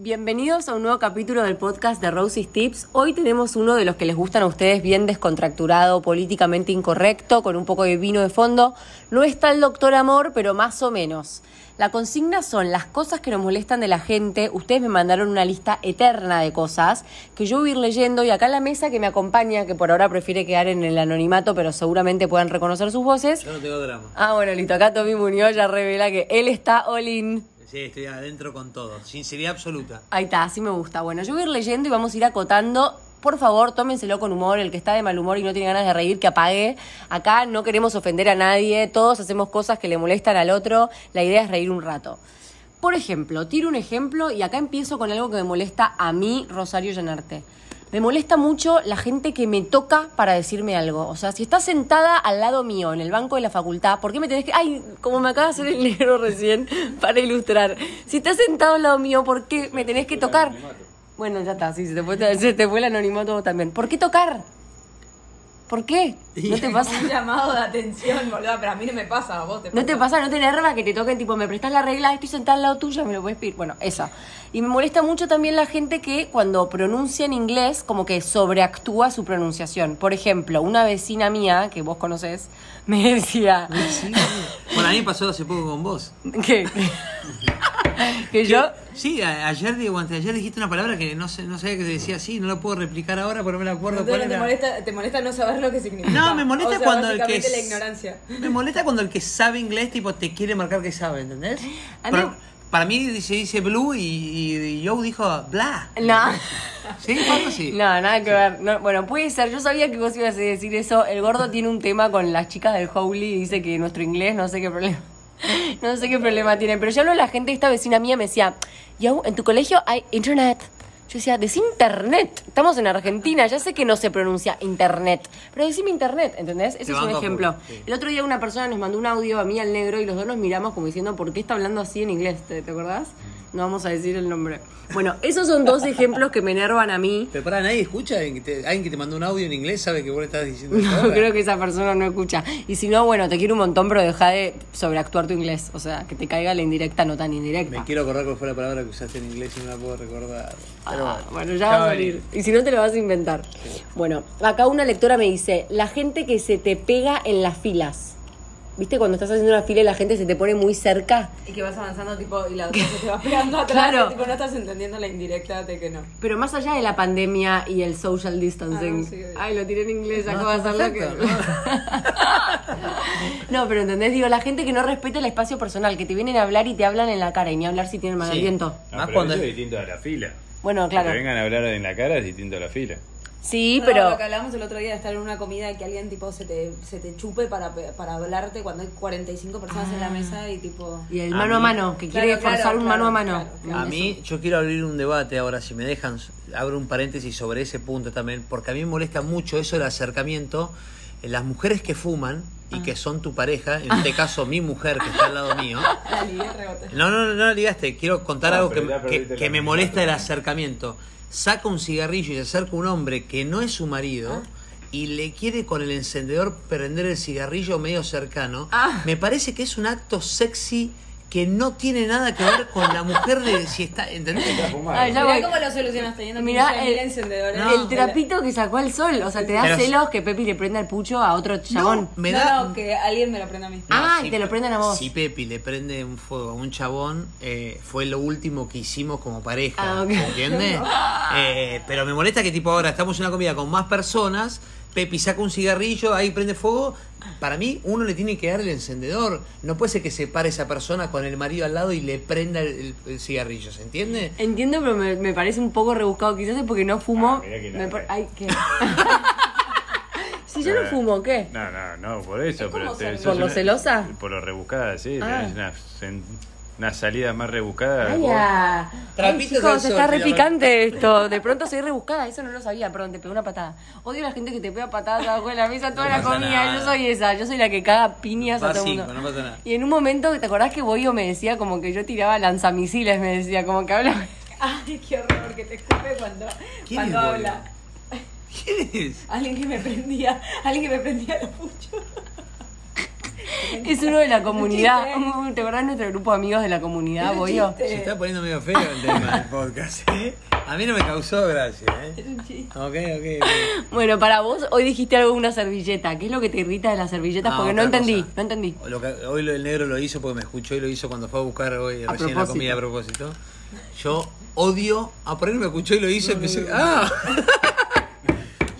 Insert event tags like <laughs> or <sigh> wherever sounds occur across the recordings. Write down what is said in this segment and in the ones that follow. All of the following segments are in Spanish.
Bienvenidos a un nuevo capítulo del podcast de Rosie's Tips. Hoy tenemos uno de los que les gustan a ustedes bien descontracturado, políticamente incorrecto, con un poco de vino de fondo. No está el doctor amor, pero más o menos. La consigna son las cosas que nos molestan de la gente. Ustedes me mandaron una lista eterna de cosas que yo voy a ir leyendo y acá en la mesa que me acompaña, que por ahora prefiere quedar en el anonimato, pero seguramente puedan reconocer sus voces. Yo no tengo drama. Ah, bueno, listo. Acá Tommy Muñoz ya revela que él está all in. Sí, estoy adentro con todo. Sinceridad absoluta. Ahí está, así me gusta. Bueno, yo voy a ir leyendo y vamos a ir acotando. Por favor, tómenselo con humor. El que está de mal humor y no tiene ganas de reír, que apague. Acá no queremos ofender a nadie. Todos hacemos cosas que le molestan al otro. La idea es reír un rato. Por ejemplo, tiro un ejemplo y acá empiezo con algo que me molesta a mí, Rosario Llanarte. Me molesta mucho la gente que me toca para decirme algo. O sea, si estás sentada al lado mío en el banco de la facultad, ¿por qué me tenés que.? Ay, como me acaba de hacer el negro <laughs> recién para ilustrar. Si estás sentado al lado mío, ¿por qué me tenés que tocar? Bueno, ya está, sí, se te fue, se te fue el anonimato vos también. ¿Por qué tocar? ¿Por qué? ¿No te pasa? Un llamado de atención, boludo, pero a mí no me pasa, a vos te pasa. ¿No te pasa, no te enerva que te toquen, tipo, me prestas la regla, estoy sentada al lado tuyo, me lo puedes pedir? Bueno, esa. Y me molesta mucho también la gente que cuando pronuncia en inglés, como que sobreactúa su pronunciación. Por ejemplo, una vecina mía, que vos conocés, me decía Bueno, a mí me pasó hace poco con vos. que, <laughs> que yo... Sí, a- ayer, digo, antes de ayer dijiste una palabra que no, sé, no sabía que se decía así, no la puedo replicar ahora, pero me la acuerdo. No cuál te, no te era. molesta, te molesta no saber lo que significa. No, me molesta O sea, cuando el que. básicamente la s- ignorancia. Me molesta cuando el que sabe inglés, tipo, te quiere marcar que sabe, ¿entendés? A Pero mí- para mí se dice blue y, y, y Joe dijo bla. No. ¿Sí? ¿Cuándo sí? No, nada que ver. No, bueno, puede ser. Yo sabía que vos ibas a decir eso. El gordo tiene un tema con las chicas del Howley y dice que nuestro inglés no sé qué problema. <laughs> No sé qué problema tiene. Pero yo hablo a la gente, esta vecina mía me decía, yo, en tu colegio hay internet. Yo decía, es internet. Estamos en Argentina, ya sé que no se pronuncia internet. Pero decime internet, ¿entendés? Ese Te es un banco a ejemplo. full, sí. El otro día una persona nos mandó un audio a mí al negro y los dos nos miramos como diciendo, ¿por qué está hablando así en inglés? ¿Te, te acordás? No vamos a decir el nombre. Bueno, esos son dos ejemplos que me enervan a mí. Pero pará, nadie escucha. ¿Alguien que, te, alguien que te mandó un audio en inglés sabe que vos le estás diciendo. No, palabra? <laughs> creo que esa persona no escucha. Y si no, bueno, te quiero un montón, pero deja de sobreactuar tu inglés. O sea, que te caiga la indirecta, no tan indirecta. Me quiero acordar cuál fue la palabra que usaste en inglés y no la puedo recordar. Pero Ah, bueno. bueno, ya va a va a salir. Y si no, te lo vas a inventar. Bueno, acá una lectora me dice, la gente que se te pega en las filas. ¿Viste? Cuando estás haciendo una fila y la gente se te pone muy cerca. Y que vas avanzando, tipo, y <laughs> la otra se te va pegando atrás. Claro. y, tipo, no estás entendiendo la indirecta de que no. Pero más allá de la pandemia y el social distancing. Ah, sí, obvio. Ay, lo tiré en inglés, No, acabo de está hacerlo que. <laughs> No, pero entendés, digo, la gente que no respeta el espacio personal, que te vienen a hablar y te hablan en la cara y ni hablar si tienen mal Sí. aliento. No, Más Ah, pero cuando- eso es distinto a la fila. Bueno, Que te claro. vengan a hablar en la cara es distinto a la fila. Sí, No, pero. Lo que hablábamos el otro día de estar en una comida y que alguien, tipo, se te, se te chupe para, pe- para hablarte cuando hay 45 personas Ah. en la mesa <laughs> y, tipo. Y el A mano a mí- mano, que Claro, quiere forzar claro, un claro, mano a mano. claro, claro. A mí, yo quiero abrir un debate ahora, si me dejan, abro un paréntesis sobre ese punto también, porque a mí me molesta mucho eso del acercamiento. eh, Las mujeres que fuman y que son tu pareja, en este caso mi mujer que está al lado mío. La ligué, rebote. No, no, no, no la ligaste, quiero contar No, algo que, Ah, pero ya que- perdiste que la me mitad molesta del también. acercamiento. Saca un cigarrillo y se acerca un hombre que no es su marido. Y le quiere con el encendedor prender el cigarrillo medio cercano. Ah. Me parece que es un acto sexy que no tiene nada que ver con la mujer de si está. ¿Entendés? <laughs> Ay, ya voy. Mirá cómo lo solucionaste yendo Mirá pinche, el- mil encendedores. No. el trapito que sacó al sol, o sea, te da Pero- celos que Pepi le prenda el pucho a otro chabón. No, me No, da. no, que alguien me lo prenda a mí. <laughs> Ah, y te lo prenden a vos. Si Pepi le prende un fuego a un chabón, eh, fue lo último que hicimos como pareja. Ah, ok. <laughs> ¿Entiendes? Eh, pero me molesta que, tipo, ahora estamos en una comida con más personas. Pepi saca un cigarrillo, ahí prende fuego. Para mí, uno le tiene que dar el encendedor. No puede ser que se pare esa persona con el marido al lado y le prenda el, el- el cigarrillo. ¿Se entiende? Entiendo, pero me, me parece un poco rebuscado. Quizás es porque no fumo. Ah, mirá que Me la- par- Ay, ¿qué? <laughs> si yo no fumo, ¿qué? No, no, no, por eso. Es pero como ser- sos ¿Por lo celosa? Por lo rebuscada, sí. Ah. Tenés una, sen- una salida más rebuscada. Ay, vos. ah. Ay, Trapitos al chicos, sol, está re mira, picante esto. De pronto soy rebuscada, eso no lo sabía. Perdón, te pegué una patada. Odio a la gente que te pega patadas abajo de la mesa toda No la pasa comida. nada. Yo soy esa, yo soy la que caga piñas a Va todo el cinco, mundo. no pasa nada. Y en un momento, ¿te acordás que Boyo me decía como que yo tiraba lanzamisiles? Me decía, como que hablaba. <laughs> Ay, qué horror que te escupe cuando, ¿Quién cuando es Boy? habla. ¿Quién es? Alguien que me prendía, alguien que me prendía los puchos. Es uno de la comunidad. Un ¿Te acordás de nuestro grupo de amigos de la comunidad, un Boyo? chiste. Se está poniendo medio feo el tema <laughs> del podcast. ¿eh? A mí no me causó gracia. ¿eh? <laughs> Ok, ok. ok. Bueno, para vos, hoy dijiste algo de una servilleta. ¿Qué es lo que te irrita de las servilletas? Ah, Porque no otra entendí, cosa. no entendí. Lo que- hoy lo- el negro lo hizo porque me escuchó y lo hizo cuando fue a buscar hoy A recién la propósito. comida a propósito. Yo odio. Ah, por ahí no me escuchó y lo hizo y empecé. <laughs> ¡Ah!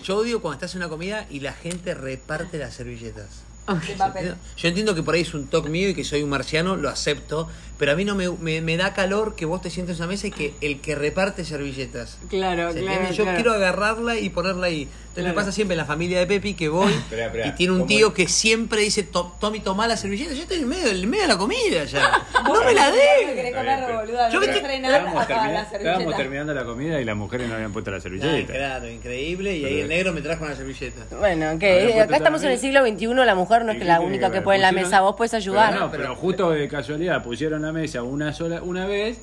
Yo odio cuando estás en una comida y la gente reparte las servilletas. De papel. Yo entiendo que por ahí es un toque mío y que soy un marciano, lo acepto, pero a mí no me, me- me da calor que vos te sientes en una mesa y que el que reparte servilletas. Claro, ¿Se claro. entiende? Yo claro. quiero agarrarla y ponerla ahí. Entonces me Claro. pasa siempre en la familia de Pepi que voy <laughs> Esperá, esperá. y tiene un ¿Cómo tío es? que siempre dice, "To- Tommy, tomá la servilleta. Yo estoy en el medio, en el medio de la comida <laughs> ya. No me la Me dé. querés comer, boluda, Yo me que querés te- frenar Estábamos, a- a la termina- estábamos servilleta. terminando la comida y las mujeres no habían puesto la Ah, servilleta. claro, increíble. Y ahí el negro me trajo una servilleta. Bueno, ok. Ahora, Acá puesto estamos en el siglo XXI, la mujer no es que la Sí, única que pero pone en la pusieron- mesa. Vos puedes ayudar. Pero no, Pero- pero justo de casualidad pusieron la mesa una sola una vez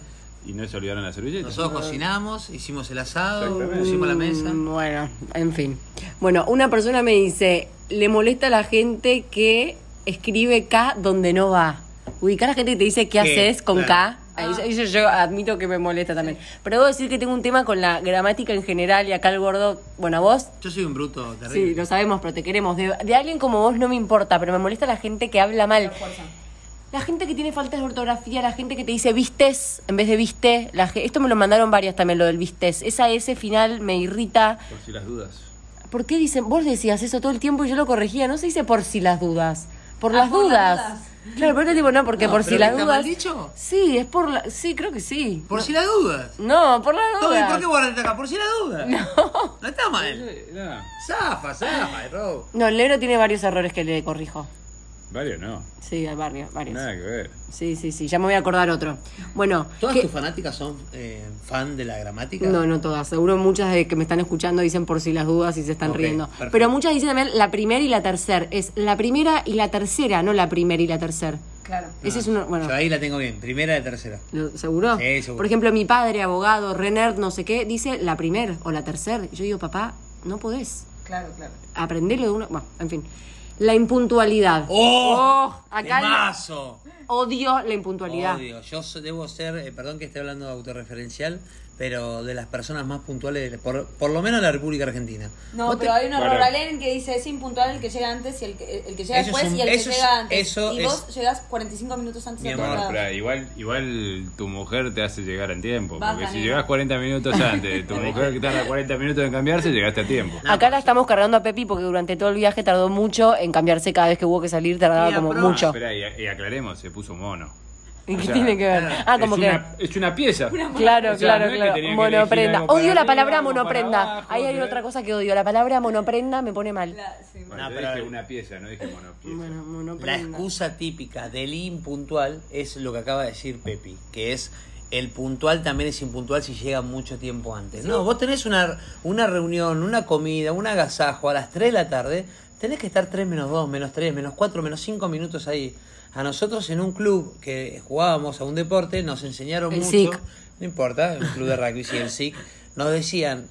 y no se olvidaron la servilleta. Nosotros cocinamos, hicimos el asado, Exactamente. pusimos la mesa. Mm, Bueno, en fin. Bueno, una persona me dice, le molesta a la gente que escribe K donde no va. Ubicar a la gente que te dice qué Sí, haces con claro. K. Ahí Ah. yo- Eso, yo admito que me molesta también. Pero debo decir que tengo un tema con la gramática en general y acá el gordo, bueno, a vos Yo soy un bruto terrible. Sí, lo sabemos, pero te queremos. De, de alguien como vos no me importa, pero me molesta la gente que habla mal. La gente que tiene faltas de ortografía, la gente que te dice vistes en vez de viste. La, ge- esto me lo mandaron varias también, lo del vistes. Esa S final me irrita. Por si las dudas. ¿Por qué dicen? Vos decías eso todo el tiempo y yo lo corregía. No se dice por si las dudas. Por Ah, las por dudas. las Claro, pero te digo, no, porque No, por pero si las ¿está dudas. mal dicho? Sí, es por la. Sí, creo que sí. Por si la duda. No, por las Tommy, dudas. ¿por qué guardaste acá? Por si la duda. No. No está mal. Eh, No, Zafa, zafa, Rob. No, el negro tiene varios errores que le corrijo. varios no. Sí, hay varios, varios. Nada que ver. Sí, sí, sí, ya me voy a acordar otro. Bueno, ¿Todas que- tus fanáticas son eh, fan de la gramática? no, no todas. Seguro muchas de que me están escuchando dicen por si las dudas y se están Ok, riendo. perfecto. Pero muchas dicen también la primera y la tercera. Es la primera y la tercera, no la primera y la tercera. Claro. Ah, Ese es uno. Bueno, Yo ahí la tengo bien, primera y tercera. ¿lo- ¿seguro? Sí, seguro. Por ejemplo, mi padre, abogado, Renner, no sé qué, dice la primera o la tercera. Yo digo, papá, no podés. Claro, claro. Aprendelo de uno. Bueno, en fin. La impuntualidad. ¡Oh! Oh, acá ¡Temazo! odio la impuntualidad. Odio. Yo so- debo ser, eh, perdón que esté hablando autorreferencial, pero de las personas más puntuales, de- por, por lo menos en la República Argentina. No, Vos te- pero hay un error Bueno. Allen que dice es impuntual el que llega antes y el que, el que llega Eso es después un- y el que eso es- llega antes. eso y es- vos llegas 45 minutos antes Mi de amor, Ah. todos lados. Pero igual, igual tu mujer te hace llegar en tiempo. Basta, porque si nena. llegas 40 minutos antes, tu <laughs> mujer que tarda 40 minutos en cambiarse, llegaste a tiempo. Acá la estamos cargando a Pepi porque durante todo el viaje tardó mucho en cambiarse cada vez que hubo que salir, tardaba Mira, como pero- mucho. Espera, y, y aclaremos, se puso mono. ¿Y Ah, o qué sea, tiene que ver? Ah, como es, que. una, es una pieza. Claro, O sea, claro, no es que claro. tenía que elegir monoprenda. algo para Odio la arriba, palabra algo para monoprenda. abajo, Ahí hay ¿no? otra cosa que odio. La palabra monoprenda me pone mal. La- sí, bueno. Bueno, No, yo pero- dije una pieza, no dije monopieza. Bueno, La monoprenda. excusa típica del impuntual es lo que acaba de decir Pepi, que es el puntual también es impuntual si llega mucho tiempo antes. No, vos tenés una, una reunión, una comida, un agasajo a las 3 de la tarde, tenés que estar 3 menos 2, menos 3, menos 4, menos 5 minutos ahí. A nosotros en un club que jugábamos a un deporte nos enseñaron El mucho, SIC. no importa, un club de rugby, sí, el SIC, nos decían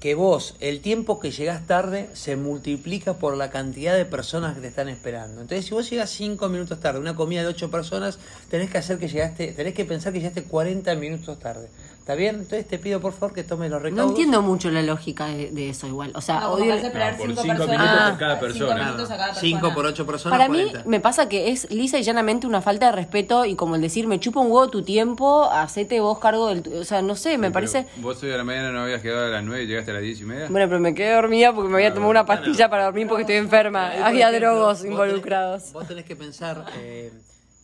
que vos, el tiempo que llegás tarde se multiplica por la cantidad de personas que te están esperando. Entonces, si vos llegas 5 minutos tarde, una comida de 8 personas, tenés que hacer que llegaste, tenés que pensar que llegaste 40 minutos tarde. ¿Está bien? Entonces te pido por favor que tomes los No recaudos. entiendo mucho la lógica de, de eso, igual. Ah, O sea, No, como odio. vas a esperar No, por cinco cinco personas. Ah, minutos por cada persona. Cinco minutos a cada persona. 5 por 8 personas, Para mí 40. me pasa que es lisa y llanamente una falta de respeto y como el decir me chupa un huevo tu tiempo, hacete vos cargo del... tu-". O sea, no sé, me Sí, parece... pero Vos hoy a la mañana no habías quedado a las 9 y llegaste a las 10 y media. Bueno, pero me quedé dormida porque me había tomado una pastilla para dormir porque estoy enferma. Ahí, por Había ejemplo, drogos vos involucrados. tenés- vos tenés que pensar, eh,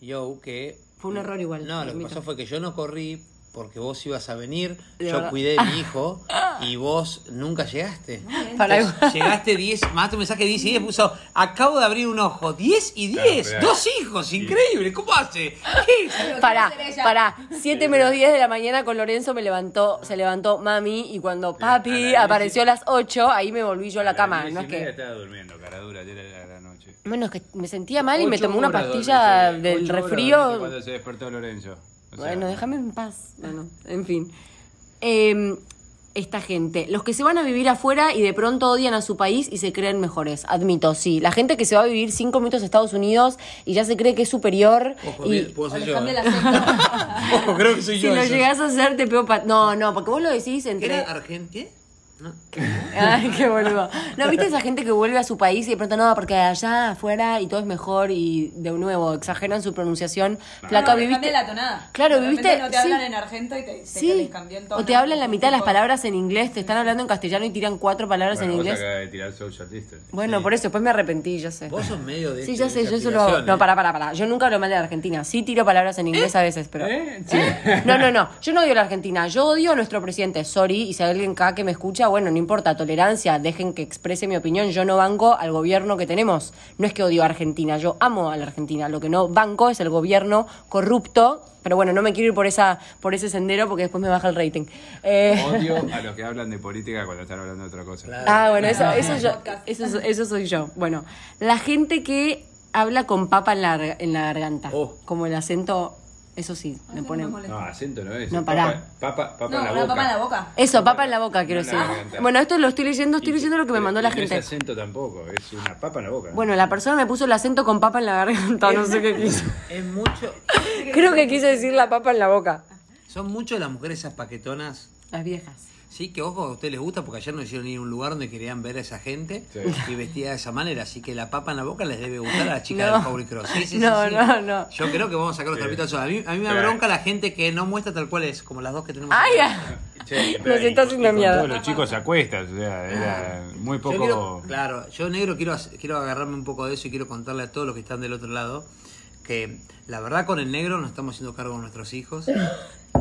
yo, que. Fue un error igual, lo No, lo que admito. pasó fue que yo no corrí porque vos ibas a venir, De yo verdad. cuidé <laughs> a mi hijo y vos nunca llegaste. Para Entonces, llegaste 10, más tu mensaje 10 y 10 puso, acabo de abrir un ojo, 10 y 10, Claro, pero- dos hijos, increíble, ¿cómo hace? ¿Qué? Pará, quiere ser ella. pará. 7 menos 10 de la mañana con Lorenzo me levantó, se levantó mami y cuando papi la apareció a las 8, ahí me volví yo a la cama. A las No es 10 y media que... estaba durmiendo, cara dura, ayer a la noche. Bueno, es que me sentía mal y me Ocho tomé una horas pastilla dormiste, del ocho horas dormiste resfrío. Cuando se despertó Lorenzo. O sea, Bueno, déjame en paz. Bueno, en fin. Eh, esta gente? Los que se van a vivir afuera y de pronto odian a su país y se creen mejores. Admito, sí. La gente que se va a vivir cinco minutos a Estados Unidos y ya se cree que es superior. Ojo, y, bien, puedo O ser les yo. cambia ¿eh? el acento. <laughs> Ojo, creo que soy si yo. lo eso. llegas a hacer, te pego pa- No, no, porque vos lo decís ¿Qué entre. <laughs> ¿Era Argentina? No. Ay, qué boludo. ¿No viste esa gente que vuelve a su país y de pronto no, porque allá afuera y todo es mejor y de nuevo exageran su pronunciación? Flaca, No, le viviste. cambia la tonada. Claro, De repente viviste- No te hablan sí. en argento y te, te- les Sí. cambió el tono. O te hablan la mitad de las Tipo, palabras en inglés, te están hablando en castellano y tiran cuatro palabras Bueno, en vos inglés. acabás de tirar social distance. Bueno, Sí. por eso después me arrepentí, ya sé. Vos sos medio de. Sí, este- ya de sé, yo esta solo. aplicación, No, ¿eh? pará, pará, pará. Yo nunca hablo mal de la Argentina. Sí tiro palabras en inglés a veces, pero. ¿Eh? Sí. No, no, no. Yo no odio a la Argentina. Yo odio a nuestro presidente. Sorry. Y si hay alguien acá que me escucha, bueno, no importa. Tolerancia. Dejen que exprese mi opinión. Yo no banco al gobierno que tenemos. No es que odio a Argentina. Yo amo a la Argentina. Lo que no banco es el gobierno corrupto. Pero bueno, no me quiero ir por, esa, por ese sendero porque después me baja el rating. Eh, Odio a los que hablan de política cuando están hablando de otra cosa. Claro. Ah, bueno, eso, No, eso, no, yo, podcast. eso, so- eso soy yo. Bueno, la gente que habla con papa en la, gar- en la garganta, Oh. como el acento, eso sí, "Ay, me no ponen... me molesta". No, acento no es. No, pará. para Papa, papa No, en la una boca. papa en la boca. Eso, papa en la boca, quiero No, decir. no, me encanta. Bueno, esto lo estoy leyendo, estoy Y- leyendo lo que me pero- mandó y la no gente. es acento tampoco, es una papa en la boca. Bueno, la persona me puso el acento con papa en la garganta, no sé <laughs> qué quiso. Es mucho. Creo que quiso decir la papa en la boca. Son mucho las mujeres esas paquetonas. Las viejas. Sí, que ojo, a ustedes les gusta porque ayer nos hicieron ir a un lugar donde querían ver a esa gente Sí. y vestida de esa manera. Así que la papa en la boca les debe gustar a la chica No. del Pauli Cross. Sí, sí, sí, No, sí. no, no. Yo creo que vamos a sacar los trapitos al sol. A mí, a mí me Pero- bronca la gente que no muestra tal cual es, como las dos que tenemos. ¡Ay! acá. ah. Che, Nos está y- haciendo y con miedo. Todos los chicos se acuestan, o Ah. sea, era muy Yo poco. quiero- claro, yo negro quiero, hacer- quiero agarrarme un poco de eso y quiero contarle a todos los que están del otro lado que la verdad con el negro nos estamos haciendo cargo de <laughs> nuestros hijos.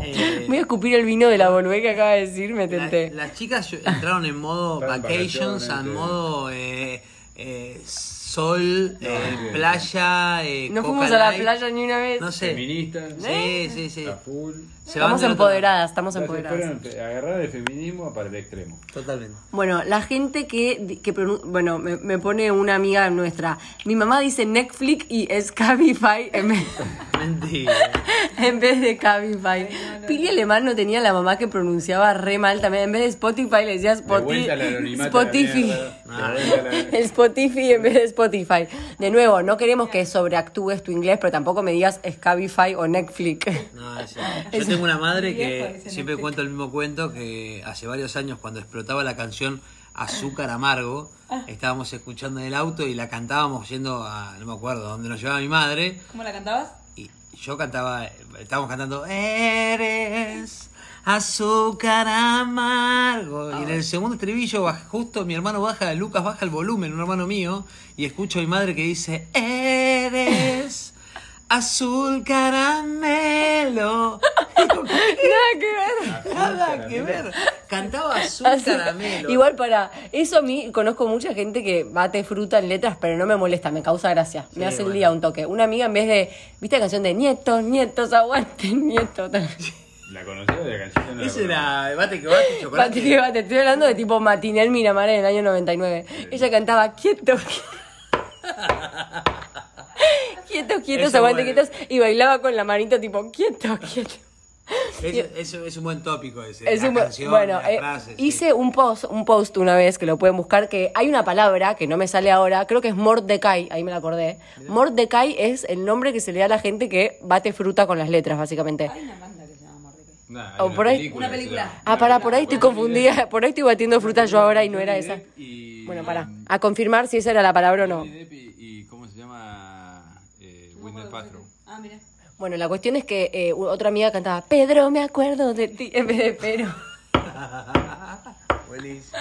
Eh, Voy a escupir el vino de la boludez que acaba de decir, me La- tenté. las chicas yo- entraron en modo Están vacations, en vacaciones, modo eh, eh, sol, eh, sí. playa, eh, No Coca fuimos a la Light, playa ni una vez. No sé. Feministas, Sí, sí, sí. a full. Se van Estamos del otro lado. empoderadas, estamos empoderadas. Fueron agarrar el feminismo para el extremo. Totalmente. Bueno, la gente que, que pronun- bueno, me, me pone una amiga nuestra. Mi mamá dice Netflix y es Cabify en vez, <laughs> Mentira. en vez de Cabify. Pili Alemán no tenía la mamá que pronunciaba re mal también. En vez de Spotify le decía De Spoti- vuelta al anonimato. a la Spotify. <laughs> Ah. mierda. De vuelta a la- El Spotify en vez de Spotify. De nuevo, no queremos que sobreactúes tu inglés, pero tampoco me digas Scabify o Netflix. <laughs> No, es- yo tengo una madre viejo que ese siempre cuento el mismo cuento que hace varios años cuando explotaba la canción Azúcar Amargo, Ah. estábamos escuchando en el auto y la cantábamos yendo a, no me acuerdo, donde nos llevaba mi madre. ¿Cómo la cantabas? Y yo cantaba, estábamos cantando, eres azúcar amargo. Ah, Y en el segundo estribillo, baj- justo mi hermano baja, Lucas baja el volumen, un hermano mío, y escucho a mi madre que dice, eres azul <laughs> caramelo. Nada que ver. Nada que ver. Cantaba azul Así- caramelo. Igual para eso a mí conozco mucha gente que bate fruta en letras, pero no me molesta, me causa gracia. me Sí, hace bueno. el día un toque. Una amiga en vez de, ¿viste la canción de nietos, nietos, aguanten, <laughs> nietos? La conocía de la canción. no la Ese conocía. era bate que bate, <laughs> chocolate. Bate que bate, estoy hablando de tipo Matinel Miramar en el año 99. Ella cantaba quieto. <laughs> <laughs> Quietos, quietos, Eso aguanten, bueno. quietos. Y bailaba con la manito tipo quieto, quieto. Es, es- es un buen tópico ese. Es la un bu- canción, bueno, la eh, frase, sí. hice un post, un post una vez que lo pueden buscar que hay una palabra que no me sale ahora, creo que es Mordecai, ahí me la acordé. Mordecai es el nombre que se le da a la gente que bate fruta con las letras Eh. básicamente. Hay una banda que se llama Mordecai. Nah, hay O una por ahí- película Una que se película. llama- Ah, pará, por ahí estoy Johnny Depp- confundida, por ahí estoy batiendo fruta yo ahora y no era Johnny esa. Depp y- Bueno, pará, a confirmar si esa era la palabra o no. Johnny Depp y, y ¿cómo se llama? Eh, Winner Patrol. Ah, mira. Bueno, la cuestión es que eh, u- otra amiga cantaba, Pedro, me acuerdo de ti, en vez de pero. <laughs> Buenísimo.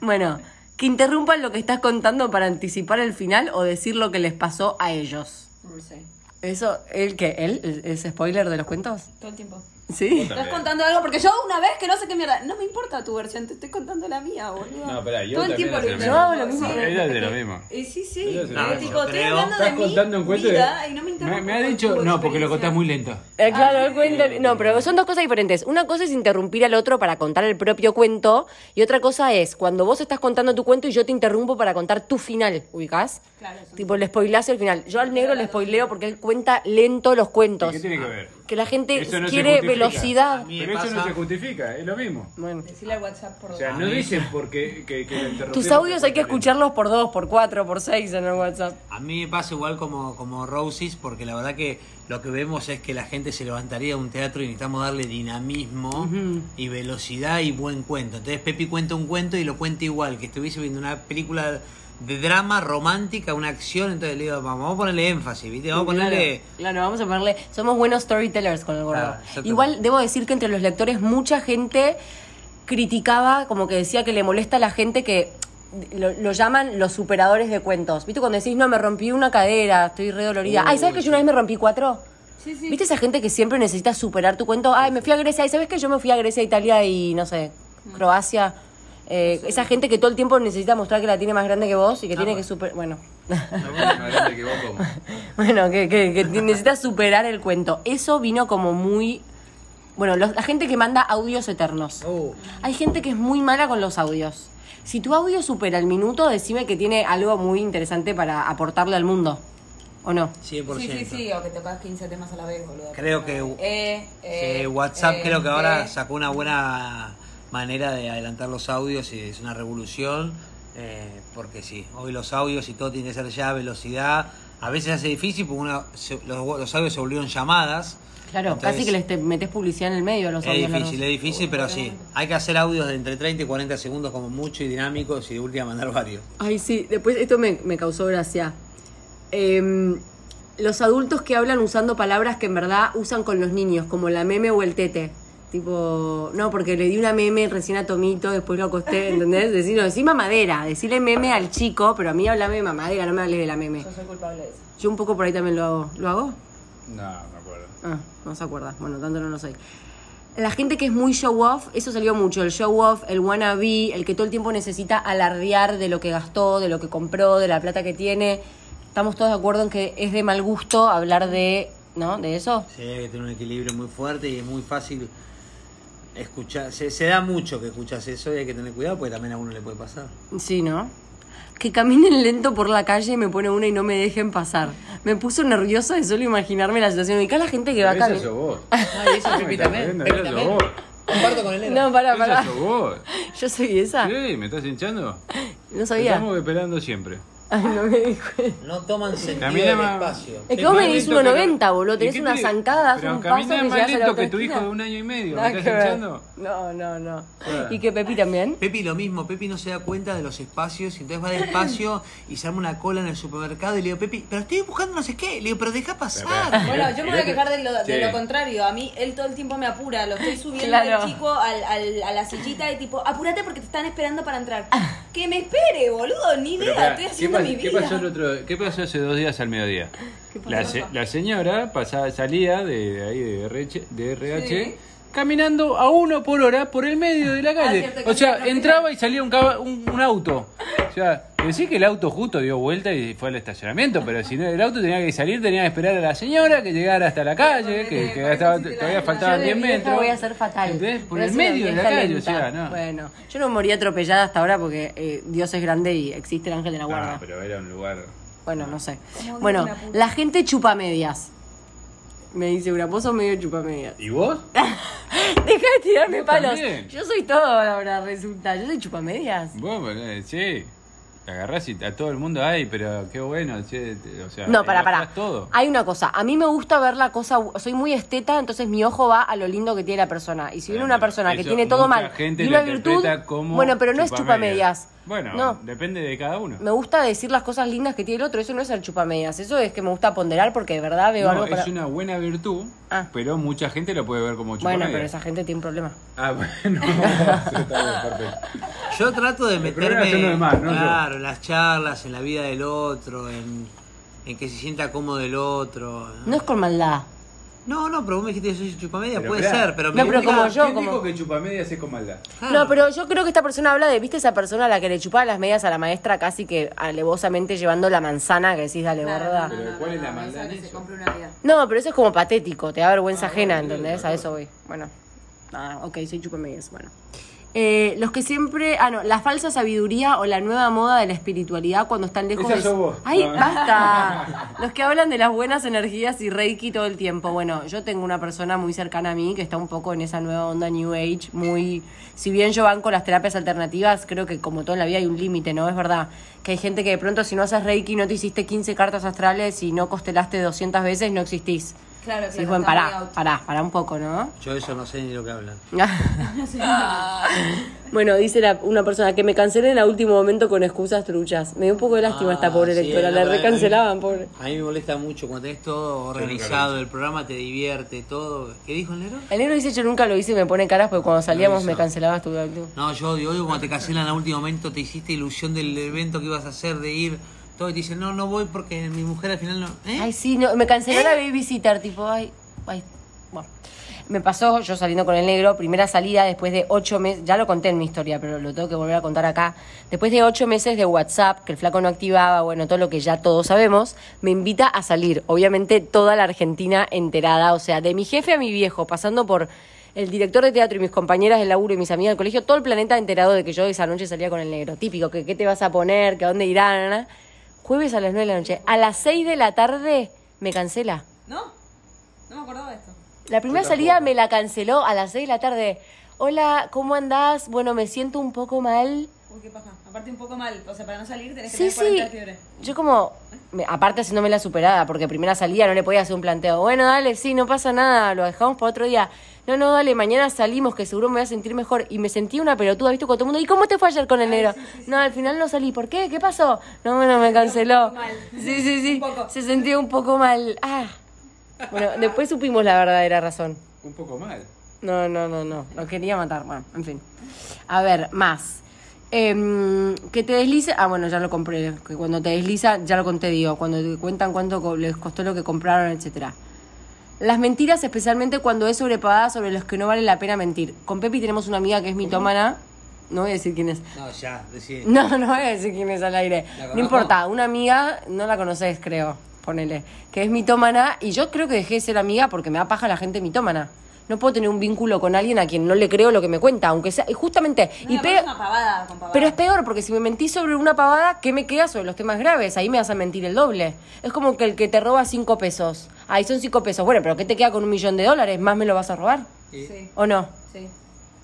Bueno, que interrumpan lo que estás contando para anticipar el final o decir lo que les pasó a ellos. No sé. Eso, ¿el que ¿Él? ¿El- ¿Ese spoiler de los cuentos? Todo el tiempo. Sí. Estás contando algo porque yo una vez que no sé qué mierda. No me importa tu versión, te estoy contando la mía, boludo. No, pará, yo Todo el también tiempo hacía lo mismo. Yo hago lo mismo. Sí. Ella es de lo mismo. Eh, sí, sí. Ella es de lo Eh, mismo. tipo, estoy Creo. hablando de Estás mi contando un cuento. de- vida y no me interrumpo me, me ha con tu dicho, no, porque lo experiencia. contás muy lento. Eh, claro, el cuento. No, pero son dos cosas diferentes. Una cosa es interrumpir al otro para contar el propio cuento. Y otra cosa es cuando vos estás contando tu cuento y yo te interrumpo para contar tu final. ¿Ubicás? Claro, son- Tipo, le spoileás el final. Yo al negro le spoileo porque él cuenta lento los ¿Qué cuentos. tiene que ver? que la gente Eso no se quiere justifica. velocidad. A mí- Ah. Pero eso no se justifica, es lo mismo. Bueno. Decirle al WhatsApp por O sea, dos. no mí- dicen porque que, que lo interrumpimos Tus audios hay que porque- escucharlos por dos, por cuatro, por seis en el WhatsApp. A mí me pasa igual como, como Roses, porque la verdad que lo que vemos es que la gente se levantaría de un teatro y necesitamos darle dinamismo y velocidad y buen cuento. Entonces Pepi cuenta un cuento y lo cuenta igual, que estuviese viendo una película de drama romántica, una acción, entonces le digo, vamos, vamos a ponerle énfasis, ¿viste? Vamos a ponerle... Claro, claro, vamos a ponerle. Somos buenos storytellers con el gordo. Claro, exactamente. Igual debo decir que entre los lectores mucha gente criticaba, como que decía que le molesta a la gente que lo, lo llaman los superadores de cuentos. ¿Viste cuando decís, no, me rompí una cadera, estoy re dolorida? Ay, ¿sabes que yo una vez me rompí cuatro? Sí, sí. ¿Viste esa gente que siempre necesita superar tu cuento? Ay, me fui a Grecia. Ay, ¿sabes que yo me fui a Grecia, Italia y no sé, Mm. Croacia? Eh, Esa gente que todo el tiempo necesita mostrar que la tiene más grande que vos Ah, y que tiene que superar. Bueno. No, vos más grande que vos, ¿cómo? <laughs> Bueno, que, que, que te- necesitas superar el cuento. Eso vino como muy... Bueno, los- la gente que manda audios eternos. Oh. Hay gente que es muy mala con los audios. Si tu audio supera el minuto, decime que tiene algo muy interesante para aportarle al mundo. ¿O no? 100%. Sí, sí, sí, o que tocas 15 temas a la vez, boludo. Creo que Eh, eh, Sí, WhatsApp eh, creo que ahora eh. sacó una buena manera de adelantar los audios y es una revolución, eh, porque sí, hoy los audios y todo tiene que ser ya a velocidad. A veces hace difícil porque uno se- los, los audios se volvieron llamadas. Claro, Entonces, casi que les te metes publicidad en el medio a los Es audios. largos. difícil, eh. es difícil, pero sí. Hay que hacer audios de entre 30 y 40 segundos como mucho y dinámicos y de última mandar varios. Ay, sí, después esto me, me causó gracia. Em, los adultos que hablan usando palabras que en verdad usan con los niños, como la meme o el tete. Tipo, no, porque le di una meme recién a Tomito, después lo acosté, ¿entendés? Decir, no, decí mamadera, decirle meme al chico, pero a mí hablame de mamadera, no me hables de la meme. Yo soy culpable de eso. Yo un poco por ahí también lo hago. ¿Lo hago? No, me acuerdo. Ah, no se acuerda. Bueno, tanto no lo soy. La gente que es muy show off, eso salió mucho. El show off, el wannabe, el que todo el tiempo necesita alardear de lo que gastó, de lo que compró, de la plata que tiene. Estamos todos de acuerdo en que es de mal gusto hablar de. ¿No? ¿De eso? Sí, hay que tener un equilibrio muy fuerte y es muy fácil escuchar. Se, se da mucho que escuchas eso y hay que tener cuidado porque también a uno le puede pasar. Sí, ¿no? Que caminen lento por la calle me pone una y no me dejen pasar. Me puso nerviosa de solo imaginarme la situación. Ubicá a la gente que va Pero esa caminando. sos vos. Ay, Ah, <laughs> eso ¿Cómo Pepi estás también. jodiendo? Pepi Esa sos también. vos. Comparto con Elena. No, <laughs> pará, Esa pará. Ah. sos vos. <laughs> Yo soy esa. Sí, ¿me estás hinchando? No Te sabía. Estamos esperando siempre. Ay, no me di cuenta. No toman sentido Camina del más- espacio. Es que Es vos más venís lento que lo- 1,90, boludo. ¿Y Tenés qué una te- zancada, haces pero un paso caminás que más llegás a la lento otra que tu hijo esquina. de un año y medio, Nada ¿me que ver. estás hinchando? No, no, no. Claro. Y que Pepi también. Pepi lo mismo, Pepi no se da cuenta de los espacios, y entonces va despacio y se arma una cola en el supermercado y le digo, Pepi, pero estoy buscando no sé qué, le digo, pero deja pasar. Bueno, yo me voy a quejar de lo, de Sí. lo contrario. A mí él todo el tiempo me apura. Lo estoy subiendo Claro. del chico al, al- a la sillita y tipo, apúrate porque te están esperando para entrar. Ah. Que me espere, boludo. Ni Pero idea. pará, estoy ¿qué haciendo pas- mi ¿qué vida. pasó, el otro, ¿Qué pasó hace dos días al mediodía? La, se- la señora pasaba, salía de, de ahí de RH, de RH, Sí. caminando a uno por hora por el medio Ah, de la calle. cierto, que o sea, sí, entraba y salía un, caba- un, un auto. O sea, decí que el auto justo dio vuelta y fue al estacionamiento, pero si no, el auto tenía que salir, tenía que esperar a la señora que llegara hasta la calle, eh, que, que gastaba- todavía faltaban Yo de 10 vieja metros. voy a ser fatal. ¿Entendés? Por Voy a el ser una medio de la vieja calle, o lenta. sea, no. Bueno, yo no morí atropellada hasta ahora porque eh, Dios es grande y existe el ángel de la guarda. No, Ah, pero era un lugar. Bueno, no sé. Como Bueno, dice una puta. la gente chupa medias. Me dice una, vos sos medio chupa medias. ¿Y vos? <laughs> Deja de tirarme Vos palos. también. Yo soy todo ahora, resulta. Yo soy chupa medias. Vos, eh, sí. Te agarrás y a todo el mundo hay, pero qué bueno, che, te- o sea, No, para, para. agarrás todo. Hay una cosa. A mí me gusta ver la cosa. Soy muy esteta, entonces mi ojo va a lo lindo que tiene la persona. Y si viene Bueno, una persona que eso tiene todo mucha mal gente y lo una virtud, interpreta como bueno, pero no es chupamedias. chupamedias. Bueno, no. depende de cada uno. Me gusta decir las cosas lindas que tiene el otro. Eso no es el chupamedias. Eso es que me gusta ponderar porque de verdad veo algo No, es para. una buena virtud, Ah. pero mucha gente lo puede ver como Bueno, chupamedias. pero esa gente tiene un problema. <laughs> Ah, bueno. Eso está bien, perfecto. Yo trato de El problema meterme son los demás, no yo. claro, en las charlas, en la vida del otro, en, en que se sienta cómodo el otro. No es con maldad. No, no, pero vos me dijiste que soy chupamedia, Pero puede pará. ser, pero No, me pero gusta- como yo, ¿Quién como- dijo que chupamedias es con maldad? Ah. No, pero yo creo que esta persona habla de, ¿viste esa persona a la que le chupaba las medias a la maestra casi que alevosamente llevando la manzana que decís, dale, Claro, gorda? no, no, Pero no, ¿cuál no, es la no, esa maldad en que se eso? compre una vida. No, pero eso es como patético, te da vergüenza Ah, ajena, bueno, ¿entendés? de A acuerdo. eso voy. Bueno. Ah, ok, soy chupamedias, bueno. eh, los que siempre. Ah, no, la falsa sabiduría o la nueva moda de la espiritualidad cuando están lejos. Esa de- sos vos. ¡Ay, Ah. basta! Los que hablan de las buenas energías y Reiki todo el tiempo. Bueno, yo tengo una persona muy cercana a mí que está un poco en esa nueva onda New Age, muy. Si bien yo banco las terapias alternativas, creo que como todo en la vida hay un límite, ¿no? Es verdad. Que hay gente que de pronto, si no haces Reiki, no te hiciste 15 cartas astrales y no costelaste 200 veces, no existís. Claro, claro, Sí, bueno, está muy pará, out. pará, pará un poco, ¿no? <laughs> Yo eso no sé ni lo que hablan. Ah. bueno, dice la- una persona que me cancelen a último momento con excusas truchas. Me dio un poco de lástima Ah, esta pobre sí, lectora, es la verdad, recancelaban, a mí- pobre. A mí me molesta mucho cuando tenés todo nunca lo organizado, hice. el programa te divierte, todo. ¿Qué dijo el negro? El negro dice yo nunca lo hice y me pone caras porque cuando salíamos me hizo. cancelabas tu actitud. No, yo odio, odio cuando te cancelan a último momento, te hiciste ilusión del evento que ibas a hacer, de ir, todo, y te dicen, no, no voy porque mi mujer al final no. ¿Eh? Ay, sí, no, me canceló la babysitter, tipo, ay, ay, bueno. Me pasó yo saliendo con el negro, primera salida después de ocho meses, ya lo conté en mi historia, pero lo tengo que volver a contar acá. Después de ocho meses de WhatsApp, que el flaco no activaba, bueno, todo lo que ya todos sabemos, me invita a salir. Obviamente toda la Argentina enterada, o sea, de mi jefe a mi viejo, pasando por el director de teatro y mis compañeras del laburo y mis amigas del colegio, todo el planeta enterado de que yo esa noche salía con el negro. Típico, que qué te vas a poner, que a dónde irán, na, na. Jueves a las 9 de la noche. A las 6 de la tarde me cancela. ¿No? No me acordaba de esto. La primera salida me la canceló a las 6 de la tarde. Hola, ¿cómo andás? Bueno, me siento un poco mal. Uy, qué paja. Aparte un poco mal, o sea, para no salir tenés que Sí, tener 40 sí. fiebres. Yo como, me- aparte haciéndome la superada, porque primera salida no le podía hacer un planteo. Bueno, dale, sí, no pasa nada, lo dejamos para otro día. No, no, dale, mañana salimos, que seguro me voy a sentir mejor. Y me sentí una pelotuda, ¿viste? Con todo el mundo. ¿Y cómo te fue ayer con el negro? No, al final no salí. ¿Por qué? ¿Qué pasó? No, bueno, me canceló. poco mal. Sí, sí, sí. Un poco. Se sentía un poco mal. Ah. Bueno, después supimos la verdadera razón. Un poco mal. No, no, no, no. Lo quería matar. Bueno, en fin. A ver, más. Em, que te deslice. Ah, bueno, ya lo compré. Que cuando te desliza, ya lo conté, digo. Cuando te cuentan cuánto co- les costó lo que compraron, etcétera. Las mentiras, especialmente cuando es sobrepagada sobre los que no vale la pena mentir. Con Pepi tenemos una amiga que es mitómana. No voy a decir quién es. No, ya, decí. <laughs> No, no voy a decir quién es al aire. ¿La No conozco? importa, una amiga, no la conoces, creo, ponele, que es mitómana, y yo creo que dejé de ser amiga porque me da paja la gente mitómana. No puedo tener un vínculo con alguien a quien no le creo lo que me cuenta, aunque sea. Y justamente. No, y me pe- parece una pavada con pavada. pero es peor, porque si me mentís sobre una pavada, ¿qué me queda sobre los temas graves? Ahí me vas a mentir el doble. Es como que el que te roba cinco pesos. Ahí son cinco pesos. Bueno, pero ¿qué te queda con un millón de dólares? ¿Más me lo vas a robar? Sí, ¿O no? sí.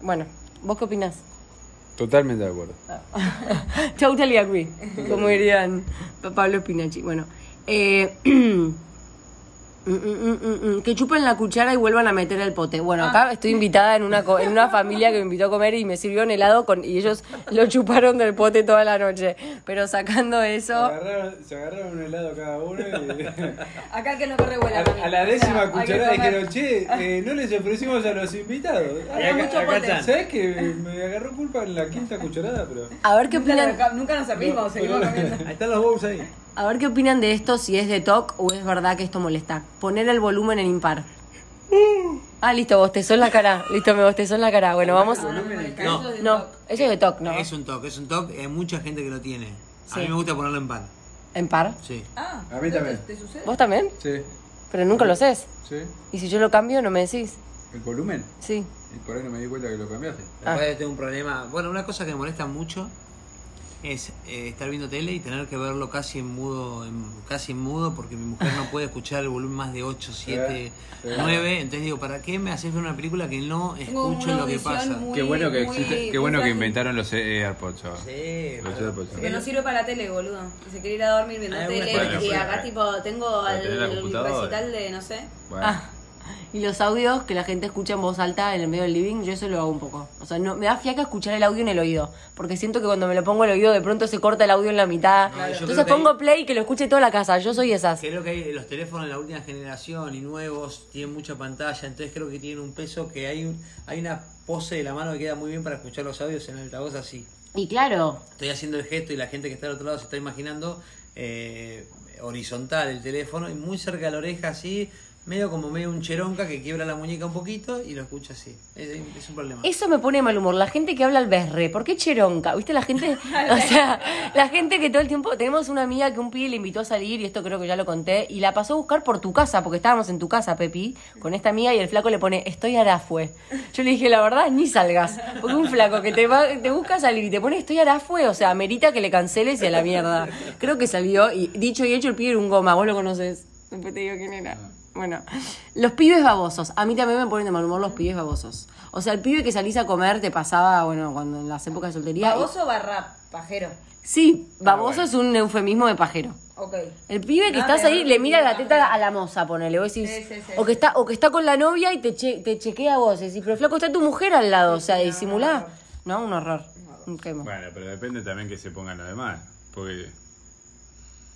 Bueno, ¿vos qué opinás? Totalmente de acuerdo. Oh. <laughs> Totally agree, como dirían Pa- Pablo Spinacci. Bueno, eh, <clears throat> mm, mm, mm, mm, mm, que chupen la cuchara y vuelvan a meter el pote. Bueno, acá estoy invitada en una, co- en una familia que me invitó a comer y me sirvió un helado con, y ellos lo chuparon del pote toda la noche. Pero sacando eso, agarraron, se agarraron un helado cada uno y... <laughs> Acá el que no corre vuela. A, mami. a la O sea, décima hay que cucharada comer. dijeron, <laughs> che, eh, no les ofrecimos a los invitados. Había Acá- mucho acá pote. están. ¿Sabés que me agarró culpa en la quinta cucharada? Pero. a ver qué Nunca, opinan. nos- nunca nos servimos, seguimos comiendo. Ahí están los bowls ahí. A ver qué opinan de esto, si es de TOC o es verdad que esto molesta. Poner el volumen en impar. Ah, listo, bostezó en la cara. Listo, me bostezó en la cara. Bueno, vamos. No. Eso es de No, top. eso es de TOC, ¿no? Es un toque, es un toque, hay mucha gente que lo tiene. Sí. A mí me gusta ponerlo en pan. ¿En par? Sí. Ah, A mí ¿te- también. ¿Te sucede? ¿Vos también? Sí, Pero nunca lo haces. sí. Y si yo lo cambio, no me decís. El volumen. Sí. Y por ahí no me di cuenta que lo cambiaste. Ah. Después tengo un problema. Bueno, una cosa que me molesta mucho es eh, estar viendo tele y tener que verlo casi en mudo, en- casi en mudo, porque mi mujer no puede escuchar el volumen más de 8, 7, sí. 9. Entonces digo, ¿para qué me haces ver una película que no Tengo escucho una lo que audición pasa? muy- qué bueno que muy existe, qué bueno que frágil. inventaron los eh, AirPods. chaval. Sí, Los pero- AirPods. Sí, Que no sirve para la tele, boludo. Y se quiere ir a dormir viendo Ah, bueno, tele. y bueno, acá, bueno. tipo, tengo Para tener la al computadora. recital de, no sé. Bueno, Ah. Y los audios que la gente escucha en voz alta en el medio del living, yo eso lo hago un poco. O sea, no, me da fiaca escuchar el audio en el oído. Porque siento que cuando me lo pongo al oído, de pronto se corta el audio en la mitad. No, yo Entonces creo que pongo ahí- play y que lo escuche toda la casa. Yo soy esas. Creo que hay- los teléfonos de la última generación y nuevos tienen mucha pantalla, entonces creo que tienen un peso que hay, un- hay una pose de la mano que queda muy bien para escuchar los audios en altavoz así. Y claro, Estoy haciendo el gesto y la gente que está al otro lado se está imaginando eh, horizontal el teléfono y muy cerca de la oreja así, medio como medio un cheronca que quiebra la muñeca un poquito y lo escucha así. Es, es un problema. Eso me pone de mal humor. La gente que habla al berre. ¿Por qué cheronca? ¿Viste? La gente. O sea, la gente que todo el tiempo. Tenemos una amiga que un pibe le invitó a salir, y esto creo que ya lo conté, y la pasó a buscar por tu casa, porque estábamos en tu casa, Pepi, con esta amiga, y el flaco le pone, estoy arafue. Yo le dije, la verdad, ni salgas. Porque un flaco que te, va- te busca salir y te pone, estoy arafue, o sea, merita que le canceles y a la mierda. Creo que salió, y dicho y hecho, el pibe era un goma. Vos lo conoces. Después te digo quién era. Bueno, los pibes babosos. A mí también me ponen de mal humor los pibes babosos. O sea, el pibe que salís a comer te pasaba, bueno, cuando en las épocas de soltería. Baboso Ah, barra pajero. Sí, baboso es un eufemismo de pajero. Ok. El pibe que No, estás pero ahí no, le mira no, la no, teta no. a la moza, ponele. Vos decís, Sí, sí, sí, o, que sí. está, o que está con la novia y te, che- te chequea a vos. Decís, pero flaco, está tu mujer al lado. O sea, disimulá. No, un horror. Un quemo. Bueno, pero depende también que se pongan los demás. Porque.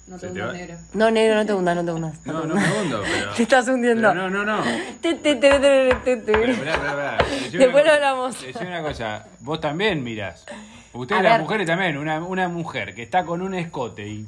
No Se te te va- hundas negro. No, negro, no te hundas, no te hundas. No, no me <laughs> hundo, pero. Te estás hundiendo. pero no, no, no. Te- te- te- te- te- te- Pero, esperá, esperá, esperá. Te digo una Después lo cosa- hablamos. te digo una cosa, vos también mirás. A Ustedes, las ver. mujeres también, una, una mujer que está con un escote y.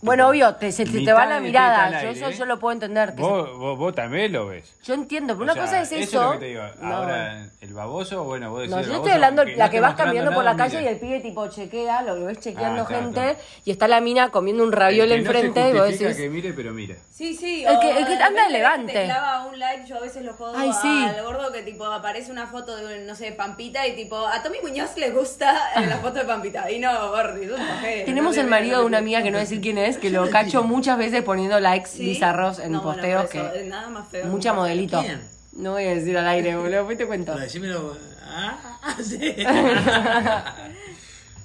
Bueno, obvio, te, se, se te va Mitad de la teta mirada. al Yo aire, eso ¿eh? yo lo puedo entender. que se- Vos, vos, vos también lo ves. Yo entiendo, pero O una sea, cosa es eso. es lo que te digo. No. Ahora, el baboso, bueno, vos decís. No, el yo estoy baboso, hablando aunque la no que esté vas mostrando caminando por la nada, calle y mira. el pibe tipo chequea, lo, lo ves Ah, chequeando está, gente está. y está la mina comiendo un raviol El que no se enfrente y vos justifica decís, que mire, pero mira. Sí, sí. El o que- el que de anda repente elegante. Te clava un like, yo a veces lo jodo Ay, sí. al gordo que tipo aparece una foto de, no sé, Pampita y tipo, a Tommy Muñoz le gusta <laughs> eh, la foto de Pampita. Y no, gordi, es un pajero. tenemos No el te- marido de una amiga que no voy a decir quién es, que lo cacho muchas veces poniendo likes ¿Sí? bizarros en No, bueno, posteos por eso, que eh, Nada más feo. mucha modelito. ¿Quién? No voy a decir al aire, boludo, pues te cuento. Pero decímelo, ah, ah, <laughs> sí.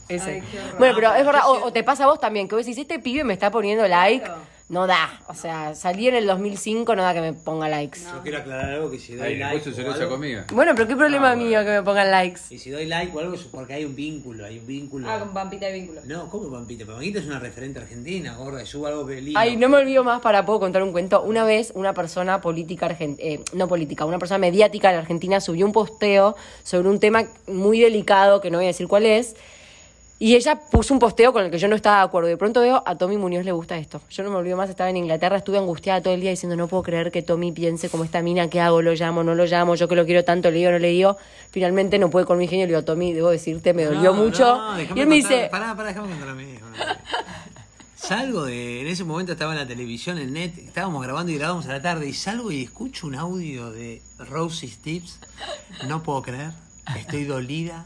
Ese. Ay, qué horror. bueno, pero es verdad, o, o te pasa a vos también, que vos decís, este pibe me está poniendo like, Claro. no da. O sea, salí en el 2005, no da que me ponga likes. Yo quiero aclarar algo que si doy Ay, like. después se o celosa <laughs> algo- conmigo. Bueno, pero qué problema Ah, bueno. mío que me pongan likes. Y si doy like o algo es porque hay un vínculo, hay un vínculo. Ah, con Pampita y vínculo. No, ¿cómo Pampita? Pampita es una referente argentina, gorda, y subo algo que lindo. Ay, no me olvido más para puedo contar un cuento. Una vez una persona política argen- eh, no política, una persona mediática de la Argentina subió un posteo sobre un tema muy delicado que no voy a decir cuál es. Y ella puso un posteo con el que yo no estaba de acuerdo. Y de pronto veo a Tommy Muñoz le gusta esto. Yo no me olvido más, estaba en Inglaterra, estuve angustiada todo el día diciendo, no puedo creer que Tommy piense como esta mina, ¿qué hago? ¿Lo llamo? ¿No lo llamo? Yo que lo quiero tanto, le digo, no le digo. Finalmente no pude con mi genio, le digo, Tommy, debo decirte, me No, dolió mucho. no, y él déjame me contar- dice, Pará, pará, déjame contar a mí. déjame contar a mí. Salgo de. En ese momento estaba en la televisión, en net, estábamos grabando y grabamos a la tarde, y salgo y escucho un audio de Rosie Tips. No puedo creer, estoy dolida.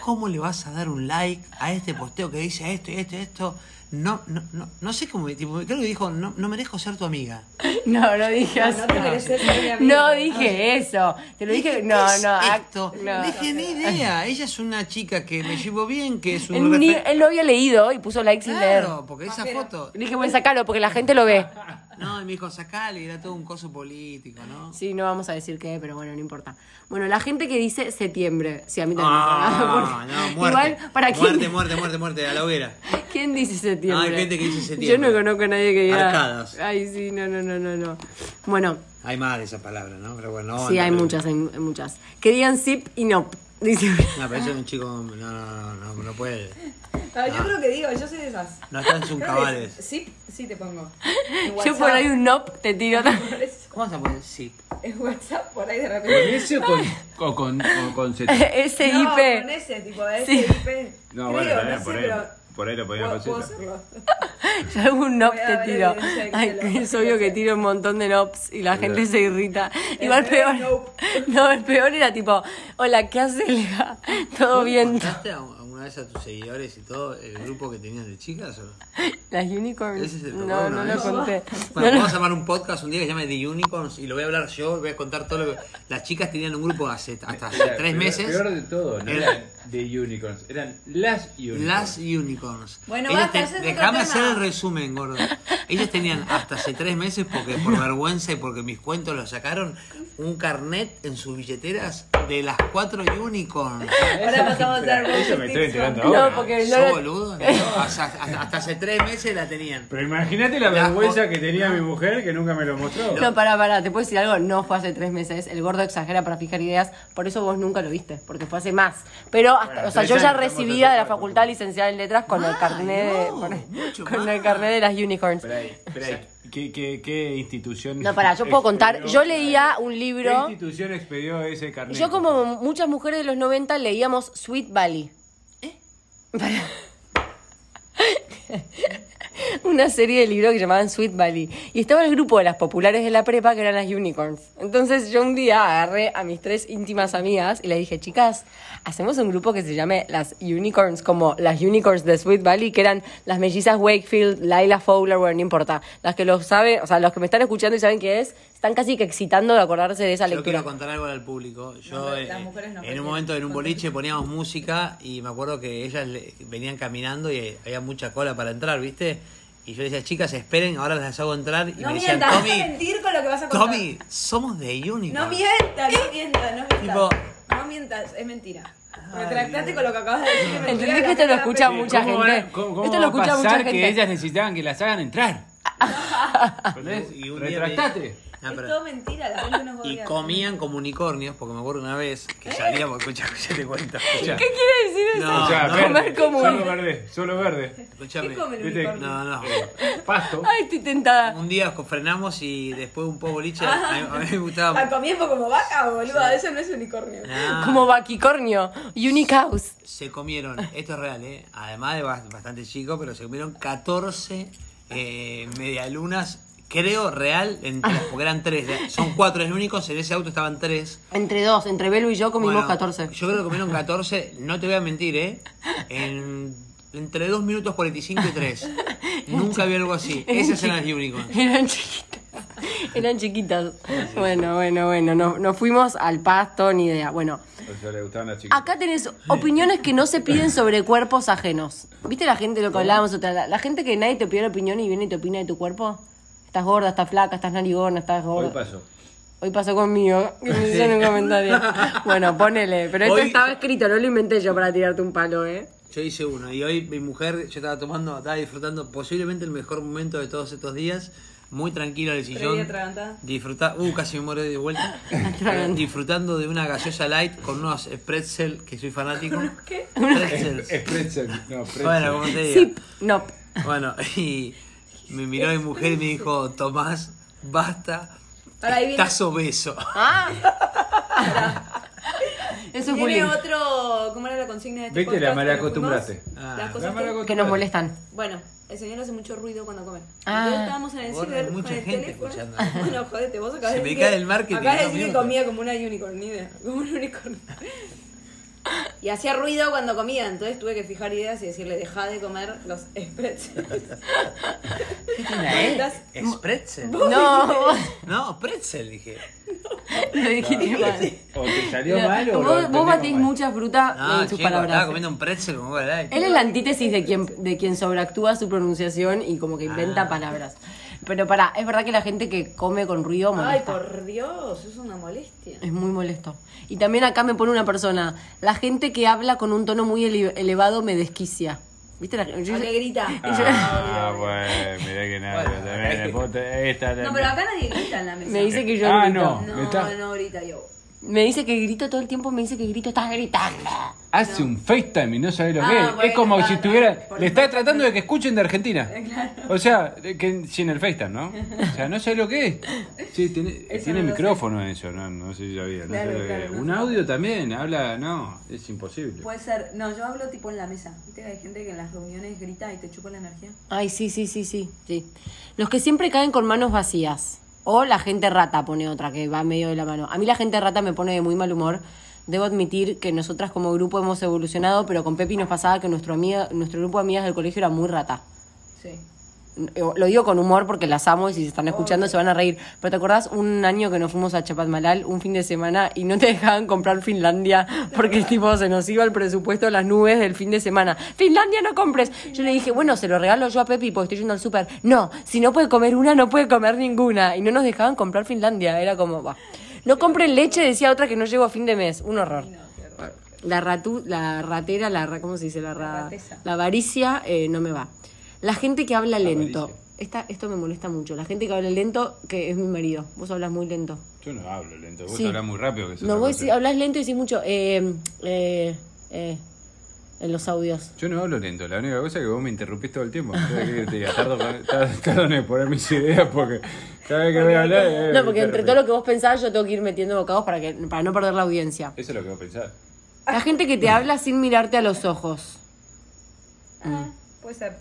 ¿Cómo le vas a dar un like a este posteo que dice esto y esto y esto? No, no, no, no sé cómo. tipo, creo que dijo, no, no merezco ser tu amiga. no, no dije Ah, No, así. no te mereces ser mi amiga. No dije eso. Te lo dije. ¿Qué No, es no. ah, Esto? no. Dije, ni idea. Ella es una chica que me llevo bien, que es un. Él, ni- refer- él lo había leído y puso like sin leer. Claro, porque esa foto. Le dije, bueno, sacalo porque la gente lo ve. No, y me dijo, sacale, era todo un coso político, ¿no? <laughs> Sí, no vamos a decir qué, pero bueno, no importa. Bueno, la gente que dice septiembre. Sí, a mí también. Ah, <laughs> Porque- no, muerte. Igual, ¿para quién, muerte, muerte, muerte, muerte, a la hoguera. quién dice septiembre? No, hay gente que dice septiembre. Yo no conozco a nadie que diga. Arcadas. Ay, sí, no, no, no, no, no. Bueno, Hay más de esas palabras, ¿no? Pero bueno, no, sí, no, hay no. muchas, hay, hay muchas. Que digan zip y nop. Dice. No, pero eso es un chico. No, no, no, no, no puede. Ah, yo creo que digo, yo soy de esas. No están sus Creo que cabales. Sí, sí <laughs> te pongo. Yo por <laughs> ahí un nop te tiro también. ¿Cómo vas a poner zip? En WhatsApp, por ahí de ¿Con repente. ese o <laughs> con, o con, o con Z? Ese No, IP. con ese tipo de Sí. SIP. No, bueno, también, sé, por, ahí, pero por ahí lo podía puedo, puedo hacer. hacerlo. Yo algún nop Voy a te ver tiro. evidencia de que Ay, lo- que es obvio que tiro un montón de nops y la gente se irrita. Igual rey peor. nope. <laughs> No, el peor era tipo, hola, ¿qué haces, Lea? Todo bien. <laughs> ¿Contaste a- alguna vez a tus seguidores y todo el grupo que tenías de <laughs> chicas? o no? Las unicorns. Ese se te tocó No, no una ¿eh? lo conté. vez. Bueno, No lo- vamos a armar un podcast un día que se llame The Unicorns y lo voy a hablar yo, voy a contar todo lo que... Las chicas tenían un grupo hace, hasta hace Era tres peor- meses. Peor de todo, no Era- eran de unicorns, eran las unicorns. Las Unicorns. Bueno, Ellas basta, te- ese es otro Dejame tema. hacer el resumen, gordo. Ellas tenían hasta hace tres meses, porque por <laughs> vergüenza y porque mis cuentos los sacaron, un carnet en sus billeteras de las cuatro <laughs> Unicorns. Ahora pasamos a hacer Eso me estoy enterando ahora. <laughs> No, porque no ¿Sos lo- <laughs> boludo? No, hasta, hasta- hasta hace tres meses la tenían. Pero imagínate la Las vergüenza jo- que tenía mi mujer que nunca me lo mostró. No, pará, pará, te puedo decir algo, no fue hace tres meses, el gordo exagera para fijar ideas, por eso vos nunca lo viste, porque fue hace más. Pero, hasta- Bueno, o sea, tres yo ya años, estamos recibida de la tratando. facultad licenciada en letras con el Ay, carnet de, no, con, mucho con el más. carnet de las unicorns. Espera ahí, espera ahí. ¿Qué, qué, qué institución? No, pará, yo puedo contar. expedió- Yo leía un ¿Qué libro. institución expedió ese carnet? Yo, como muchas mujeres de los 90, leíamos Sweet Valley. Para- <laughs> Una serie de libros que llamaban Sweet Valley. Y estaba el grupo de las populares de la prepa, que eran las Unicorns. Entonces yo un día agarré a mis tres íntimas amigas y les dije, chicas, hacemos un grupo que se llame las Unicorns, como las Unicorns de Sweet Valley, que eran las mellizas Wakefield, Laila Fowler, bueno, no importa. Las que lo saben, o sea, los que me están escuchando y saben qué es, están casi que excitando de acordarse de esa Yo lectura. quiero contar algo al público. Yo, No, las eh, mujeres no en cuentan. un momento en un boliche poníamos música y me acuerdo que ellas le- venían caminando y eh, había mucha cola para entrar, ¿viste? Y yo decía, chicas, esperen, ahora las hago entrar. Y No me decían, mientas, vas a Tommy, mentir con lo que vas a contar. Tommy, somos de Unicorn. Ah. No mientas, no mientas, no mientas. Tipo- No mientas, es mentira. Retractate con lo que acabas de decir. Entendés que esto lo escucha mucho. mucha ¿Cómo gente. van a- ¿Cómo, cómo Esto lo va a escucha pasar mucha que gente. ellas necesitaban que las hagan entrar? ¿Entendés? Y un día me- Retractate. Ah, Es pero- todo mentira, la gente nos Y odia. comían como unicornios, porque me acuerdo una vez ¿Eh? que salíamos, escucha, escucha, te cuento. escucha. ¿Qué quiere decir eso? No, O sea, no, comer verde, como Solo un- verde, solo verde. escuchame. ¿Qué comen Viste, unicornio? No, no. Pasto. Ay, estoy tentada. Un día frenamos y después un poco boliche, Ah. a mí, a mí me <laughs> Al gustaba. comienzo Ah, como vaca, boludo. Eso no es unicornio. Ah. Como vaquicornio. Unique house. se comieron, esto es real, ¿eh? además de bas- bastante chico, pero se comieron 14 eh, medialunas, creo real, entre las- porque eran tres, ¿eh? son cuatro, es único, en ese auto estaban tres. Entre dos, entre Belu y yo comimos Bueno, 14. Yo creo que comieron 14, no te voy a mentir, ¿eh? En- entre 2 minutos 45 y <laughs> 3. Nunca vi algo así. Esas eran las unicorn. Eran chiquitas. Eran chiquitas. Bueno, bueno, bueno. No, no fuimos al pasto, ni idea. Bueno, O sea, le gustaban las chicas. acá tenés opiniones que no se piden sobre cuerpos ajenos. ¿Viste la gente, lo que hablábamos otra la, la gente que nadie te pide la opinión y viene y te opina de tu cuerpo? Estás gorda, estás flaca, estás narigona, estás gorda. Hoy pasó. Hoy pasó conmigo, que me hicieron un comentario. <laughs> Bueno, ponele, pero esto Hoy- estaba escrito, no lo inventé yo para tirarte un palo, ¿eh? Yo hice uno y hoy mi mujer, yo estaba tomando, estaba disfrutando posiblemente el mejor momento de todos estos días, muy tranquilo en el Previa sillón. atragantada. Disfruta, uh, casi me muero de vuelta. <laughs> Eh, Atraganta. disfrutando de una gaseosa light con unos pretzel, que soy fanático. ¿Qué? <laughs> Eh, Pretzels. Es pretzel. No, pretzel. bueno, como te digo. Sí, no. Bueno, <laughs> y me miró mi mujer y me dijo, Tomás, basta, Ahora ahí viene, estás obeso. <laughs> Eso es viene bullying. otro. ¿Cómo era la consigna de este Viste, la mala podcast? Que nos fuimos. acostumbraste. Ah. Las La cosas mala que- Que nos molestan. Bueno, el señor hace mucho ruido cuando come. Ah. Entonces estábamos en el Gorda, ciber hay mucha con el gente teléfono. escuchando. <laughs> Bueno, jodete, vos acabas Se de me decir. cae que- el marketing, Acabas no de decir que miento. comía como una unicorn, ni idea, Como un unicornio. Y hacía ruido cuando comía, entonces tuve que fijar ideas y decirle, dejá de comer los pretzels. <laughs> Estás- <laughs> ¿Es pretzel? <laughs> No, No, pretzel, dije. lo dijiste mal. O te salió mal o. lo Vos, vos entendimos batís mal. Ah, mucha fruta No, en tus chico, Ah, estaba palabras. comiendo un pretzel como una light. Él es la antítesis de quien, de quien sobreactúa su pronunciación y como que Ah. inventa palabras. Pero pará, es verdad que la gente que come con ruido Ay, molesta. por Dios, es una molestia. Es muy molesto. Y también acá me pone una persona. La gente que habla con un tono muy ele- elevado me desquicia. ¿Viste? La, yo- Ah, que grita. <laughs> Ah, bueno, mirá que nada. Bueno, también, es que- vos te- esta- No, pero acá nadie grita en la mesa. me dice que yo Ah, grito. no. No, ¿Me está? no grita yo. Me dice que grito todo el tiempo, me dice que grito, estás gritando. Hace un FaceTime y no sabe lo Ah, que es. bueno, es como claro, si estuviera. por Le está supuesto. tratando de que escuchen de Argentina. O sea, eh, que sin el FaceTime, ¿no? O sea, no sabe <laughs> lo que es. Sí, tiene, Eso tiene no lo micrófono eso, no, no sé si sabía. no Claro, sé lo que claro, es. no un sé. audio también, habla. No, es imposible. Puede ser, no, yo hablo tipo en la mesa. Viste que hay gente que en las reuniones grita y te chupa la energía. Ay, sí, sí, sí, sí, sí. Los que siempre caen con manos vacías. O la gente rata pone otra que va medio de la mano. A mí la gente rata me pone de muy mal humor. Debo admitir que nosotras como grupo hemos evolucionado, pero con Pepi nos pasaba que nuestro, amiga, nuestro grupo de amigas del colegio era muy rata. Sí. Eh, Lo digo con humor porque las amo y si se están escuchando se van a reír. Pero ¿te acordás un año que nos fuimos a Chapatmalal un fin de semana y no te dejaban comprar Finlandia <laughs> porque tipo se nos iba el presupuesto a las nubes del fin de semana? Finlandia no compres. Yo le dije, bueno, se lo regalo yo a Pepi porque estoy yendo al súper. No, si no puede comer una, no puede comer ninguna. Y no nos dejaban comprar Finlandia. Era como, va. No compren leche, decía otra que no llego a fin de mes. Un horror. La ratu, la ratera, la ra- ¿cómo se dice? La, ra- rateza. la avaricia eh, no me va. La gente que Ah, habla lento. Esta, esto me molesta mucho. La gente que habla lento, que es mi marido. Vos hablas muy lento. Yo no hablo lento, vos Sí. hablas muy rápido. Que es No, otra vos cosa. decís- hablas lento y decís mucho. Eh, eh, eh. en los audios. Yo no hablo lento, la única cosa es que vos me interrumpís todo el tiempo. Entonces, ¿qué te diga? Tardo, tardo- tardo en poner mis ideas porque cada vez que voy a hablar. eh, No, porque me entre todo lo que vos pensás, yo tengo que ir metiendo bocados para, que, para no perder la audiencia. Eso es lo que vos pensás. La gente que te habla sin mirarte a los ojos. Ah, puede ser.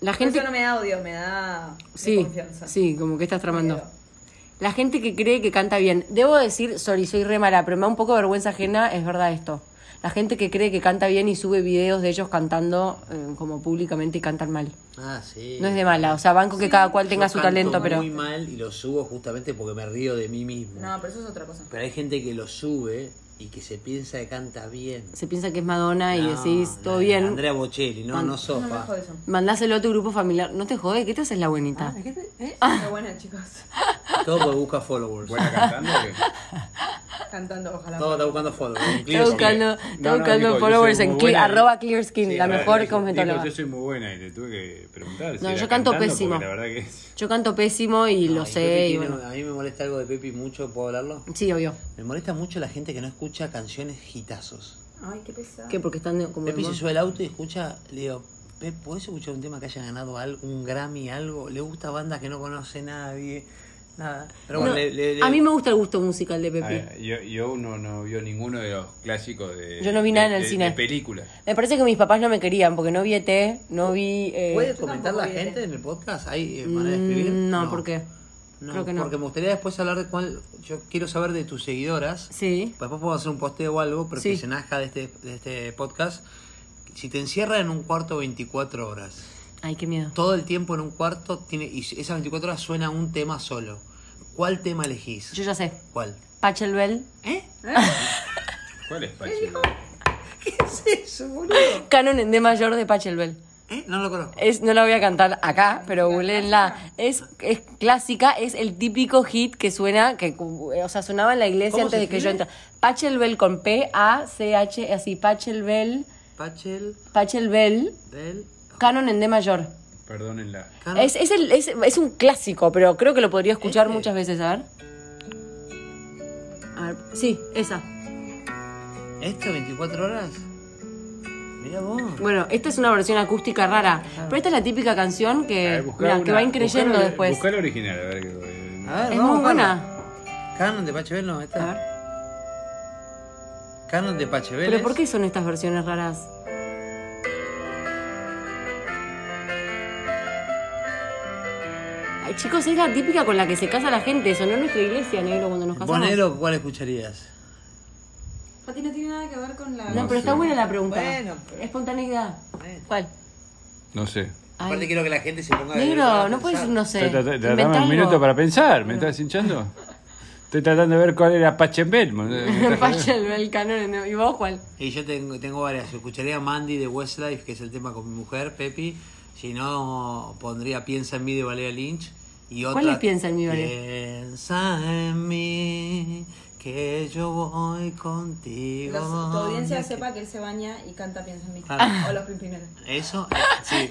La gente. Gente... Eso no me da odio, me da Sí, confianza. sí, como que estás tramando. Miedo. La gente que cree que canta bien. Debo decir, sorry, soy re mala, pero me da un poco de vergüenza ajena, es verdad esto. La gente que cree que canta bien y sube videos de ellos cantando eh, como públicamente y cantan mal. Ah, sí. No es de mala, o sea, banco que cada cual tenga Yo su canto talento, pero... muy mal y lo subo justamente porque me río de mí mismo. No, pero eso es otra cosa. Pero hay gente que lo sube y que se piensa que canta bien. Se piensa que es Madonna y No, decís, todo no, bien. Andrea Bocelli, no, no No me sopa. jodas eso. Mandáselo a tu grupo familiar. No te jode, ¿qué te haces Ah, la buenita? Ah. Qué buena, chicos. <laughs> Todo porque busca followers. ¿Buena cantando o qué? Cantando, ojalá. Todo está buscando followers. Está Incluso- buscando, No, está no, buscando Nico, yo followers soy muy en buena. cle- arroba clear skin, Sí, la verdad, <laughs> mejor dijo, cosmetóloga. Yo soy muy buena y le tuve que preguntar. si No, era yo canto cantando, pésimo. porque La verdad que es. Yo canto pésimo y lo Ay, sé. Pepi Y tiene- bueno. A mí me molesta algo de Pepi mucho, ¿puedo hablarlo? Sí, obvio. Me molesta mucho la gente que no escucha canciones hitazos. Ay, qué pesado. <laughs> ¿Eh? ¿Qué? Porque están de- como. de Pepi se moda. sube al auto y escucha, le digo, Pep, ¿podés escuchar un tema que haya ganado algo, un Grammy, algo? Le gusta bandas que no conoce nadie, nada. Pero bueno, No, le- le- le- A mí me gusta el gusto musical de Pepi. Ah, yo yo no, no vio ninguno de los clásicos de. Yo no vi de- nada en el de- cine. De películas. Me parece que mis papás no me querían porque no vi ET, no vi. eh, ¿Puede yo comentar la tampoco vi gente ET. en el podcast? ¿Hay eh, mm, manera de escribir? no, ¿por qué? Creo que no. Porque me gustaría después hablar de cuál. Yo quiero saber de tus seguidoras. Sí. Después podemos hacer un posteo o algo, pero Sí. que se nazca de este, de este podcast. Si te encierran en un cuarto 24 horas, Ay, qué miedo. todo el tiempo en un cuarto, tiene, y esas 24 horas suena un tema solo. ¿Cuál tema elegís? Yo ya sé. ¿Cuál? Pachel Bell. ¿Eh? Ah. ¿Cuál es Pachi? ¿Qué es eso, boludo? Canon en D mayor de Pachel Bell. ¿Eh? No lo conozco. Es, no la voy a cantar acá, pero googleenla. Es, es clásica, es el típico hit que suena, que o sea, sonaba en la iglesia ¿Cómo antes se de que yo escribe? entrara. Pachelbel con P, A, C, H, así, Pachelbel, Pachel Pachelbel, del. canon en D mayor. Perdónenla. Cano- Es, es, el- es, es un clásico, pero creo que lo podría escuchar ¿Este? muchas veces, a ver. A ver, sí, esa. ¿Esto 24 horas? Mira vos. Bueno, esta es una versión acústica rara, pero esta es la típica canción A que, ver, Eh, buscá Eh, mirá, que una- va increyendo buscá la- después. Buscá la original, a ver qué. A ver, Es vamos muy a buena. buscarla. Canon de Pachebel no, A esta. ver. Canon de Pachebel. ¿Pero por qué son estas versiones raras? Ay, chicos, es la típica con la que se casa la gente. Sonó en nuestra iglesia, negro, cuando nos ¿Vos, casamos. negro, cuál escucharías? Pati no tiene nada que ver con la. No, pero está buena la pregunta. Bueno, pero- Espontaneidad. Bueno. ¿Cuál? No sé. Ay. Aparte quiero que la gente se ponga... de Negro, verdad, no puedes pensar. decir no sé. Tra- tra- tra- Inventá Dame un algo. minuto <laughs> para pensar. ¿Me estás hinchando? Estoy tratando de ver cuál era Pachembel. <laughs> Pacha el el canon. ¿no? ¿Y vos cuál? Y yo tengo, tengo varias. Escucharía Mandy de Westlife, que es el tema con mi mujer, Pepi. Si no, pondría Piensa en mí de Valeria Lynch. Y otra, ¿Cuál es Piensa en mí, Valeria? Piensa en mí, que yo voy contigo. Los- tu audiencia sepa que él se baña y canta Piensa en mí. Claro. O los pimpineros. Eso, eh,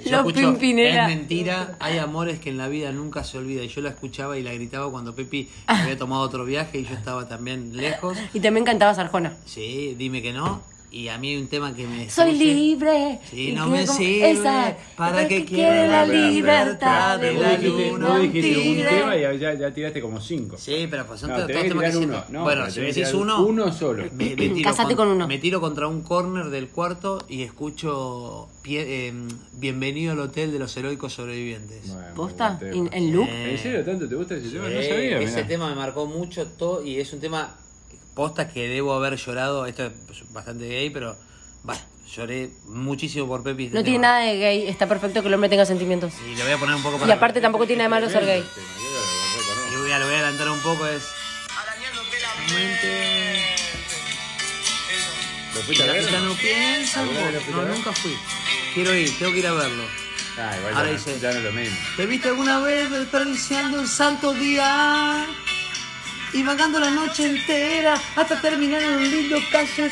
<laughs> sí, yo Los escucho, Pimpinela. es mentira, hay amores que en la vida nunca se olvida y yo la escuchaba y la gritaba <laughs> cuando Pepi Ah. había tomado otro viaje y yo estaba también lejos. Y también cantabas Arjona. Sí, dime que no. Y a mí hay un tema que me... Soy destruye. libre. Sí, Y no que me como- sirve Esa, para quede que quiera la la libertad libertad de de la la luna. luna. Vos un dijiste un tigre. tema y ya, ya tiraste como cinco. Sí, pero pues son No, todos tenés todos que temas que tirar siempre- uno. No, Bueno, pero si me tenés que decís tirar uno... uno solo. Me, me tiro Casate con uno. Me tiro contra un corner del cuarto y escucho pie- eh, Bienvenido al Hotel de los Heroicos Sobrevivientes. Bueno, ¿Posta? buen ¿En, tema. en loop? Eh, ¿En serio tanto te gusta ese tema? No Sí, sabía. Eh, ese mirá. tema me marcó mucho todo y es un tema posta que debo haber llorado. Esto es bastante gay, pero bueno, lloré muchísimo por Pepi. este No tiene tema. nada de gay, está perfecto que el hombre tenga sentimientos. Y lo voy a poner un poco para. Y aparte tampoco tiene nada de malo ser gay. Y voy a, lo voy a adelantar un poco, es. Mente. ¿Lo fuiste a La ver? pita no piensa. ¿Alguna vez lo fuiste No, a ver? nunca fui. Quiero ir, tengo que ir a verlo. Ah, igual Ahora ya, dice- ya no es lo <laughs> mismo. ¿Te viste alguna vez desperdiciando el santo día? Y vagando la noche entera hasta terminar en un lindo callejón.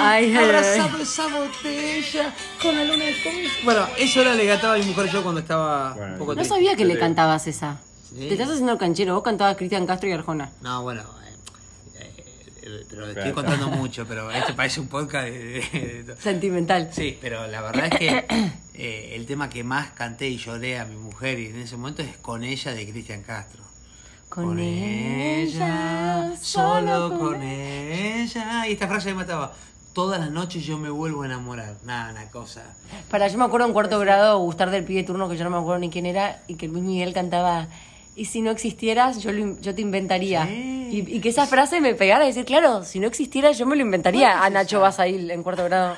Ay, ay, ay. abrazado esa botella con la luna de comis. Bueno, eso era le gataba a mi mujer yo cuando estaba Bueno, un poco No triste. sabía que le cantabas esa. Sí. Te estás haciendo el canchero, vos cantabas Cristian Castro y Arjona. No, bueno, eh, eh, eh, pero le Claro, estoy contando mucho, pero este parece un podcast de- de- de- Sentimental. Sí, pero la verdad es que <coughs> eh, el tema que más canté y lloré a mi mujer y en ese momento es Con ella de Cristian Castro. Con ella, solo solo con con ella. Y esta frase me mataba. Todas las noches yo me vuelvo a enamorar. Nada, una cosa. Para, yo me acuerdo en cuarto grado gustar del pibe de turno que yo no me acuerdo ni quién era y que Luis Miguel cantaba. Y si no existieras, yo, lo in- yo te inventaría. Sí. Y, y que esa frase me pegara y decir, claro, si no existiera, yo me lo inventaría a Nacho Basail en cuarto grado.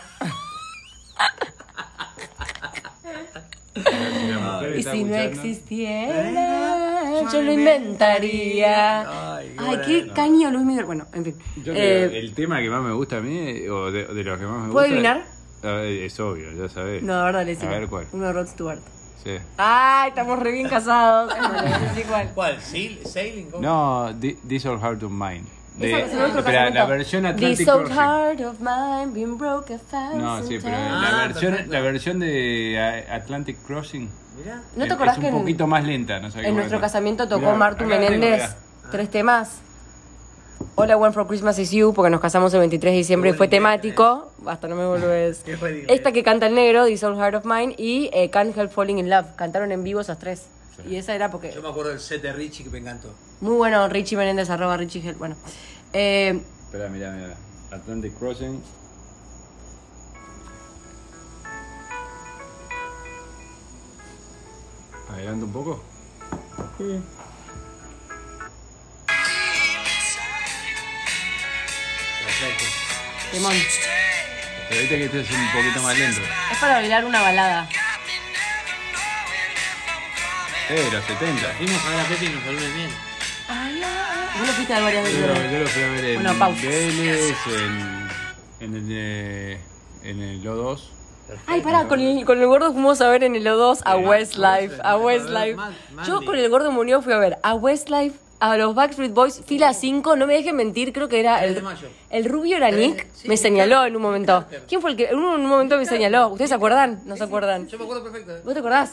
Y si no existiera, yo lo inventaría. Ay, Ay, qué qué bueno. caño Luis Miguel. Bueno, en fin. Yo Eh, creo, el tema que más me gusta a mí, o de, de los que más me gusta. ¿Puedo adivinar? Ah, Es obvio, ya sabés. no, ahora le A ver cuál. Uno de Rod Stewart. Sí. Ay, estamos re bien <laughs> casados. Es verdad, es igual. ¿Cuál? ¿Sail- ¿Sailing? ¿Cómo? No, Thi- This All Heart of Mine. De, Esa versión de otro pero la- la casamiento. versión This Atlantic old Crossing. heart of mine been broke a thousand No, sí, pero times. Ah, la, versión, perfecto. la versión de ah, Atlantic Crossing Mirá. ¿No te es- acordás es un que en- poquito más lenta. No sé En cómo nuestro es. casamiento tocó Mirá, Martu acá la tengo, Menéndez mirá. tres temas. Hola, One for Christmas is You, porque nos casamos el 23 de diciembre y Qué fue buen inglés temático. Hasta no me volvés. Qué buen inglés. Esta que canta el negro, This Old Heart of Mine, y eh, Can't Help Falling in Love. Cantaron en vivo esas tres. Y esa era porque Yo me acuerdo del set de Richie que me encantó. Muy bueno, Richie Menéndez, arroba Richie Gel. Bueno, eh, Espera, mirá, mirá. Atlantic Crossing. Adelante un poco. Perfecto. Timón. Pero viste que este es un poquito más lento. Es para bailar una balada. Eh, los 70. Vimos a ver a Pepe y nos saludan bien. Vos lo fuiste a ver varias Yo lo, veces. yo lo fui a ver en Una pausa. Vélez, en, en el, eh, en el O2. Ay, pará, con el, con el gordo fuimos a ver en el O2 a Sí, Westlife, a eh, a ver, Westlife. Man- Yo Mandy. con el gordo Muñoz fui a ver a Westlife, a los Backstreet Boys, fila 5, no me dejen mentir, creo que era Tres el, de mayo. el rubio era Tres de- Nick, sí, me Nick señaló Carter, en un Nick momento. Carter. ¿Quién fue el que en un, un momento me señaló? ¿Ustedes se acuerdan? ¿No se acuerdan? Yo me acuerdo perfecto. ¿eh? ¿Vos te acordás?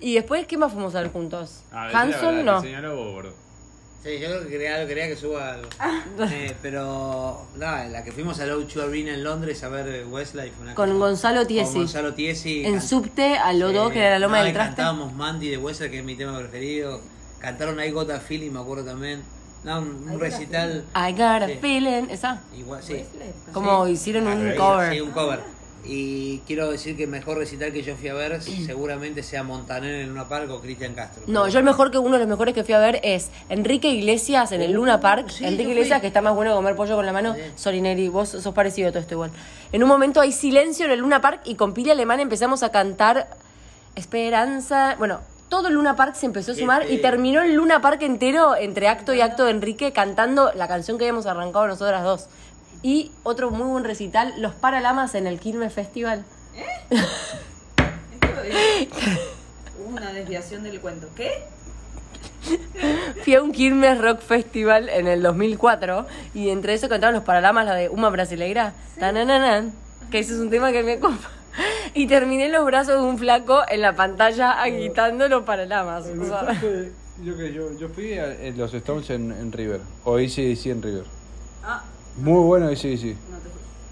Y después, ¿qué más fuimos a ver juntos? Ah, Hanson, no. Sí, yo creo que quería, quería que suba algo. Ah. Eh, pero, nada, la que fuimos a la O2 Arena en Londres a ver eh, Westlife. Una Con cosa- Gonzalo Con Tiesi. Gonzalo Tiesi. En Can- subte al Lodo, Sí. Ah, que era la loma No, del y traste. Cantábamos Mandy de Westlife, que es mi tema preferido. Cantaron I Got a Feeling, me acuerdo también. No, un, un recital. I got a Sí. feeling. Esa. Igual, sí. Como hicieron un Sí, cover. Sí, un cover. Y quiero decir que el mejor recital que yo fui <clears throat> a ver seguramente sea Montaner en una parco o Cristian Castro. No, yo el mejor que uno de los mejores que fui a ver es Enrique Iglesias en el Luna Park. Uh, sí, Enrique yo Iglesias, fui. que está más bueno de comer pollo con la mano. Sorineri, vos sos parecido a todo esto igual. En un momento hay silencio en el Luna Park y con Pili Alemán empezamos a cantar Esperanza. Bueno, todo el Luna Park se empezó a sumar y Este- terminó el Luna Park entero entre acto y acto de Enrique cantando la canción que habíamos arrancado nosotras dos. Y otro muy buen recital, Los Paralamas en el Quilmes Festival. Esto es- Hubo una desviación del cuento. ¿Qué? Fui a un Quilmes Rock Festival en el 2004 y entre eso cantaron los Paralamas, la de Uma Brasileira, tanananan, que ese es un tema que me copa. <laughs> Y terminé en los brazos de un flaco en la pantalla agitando los Paralamas. o sea. Yo, que yo, yo fui a eh, los Stones en, en River. O ACDC en River. Ah, Muy bueno ACDC. no te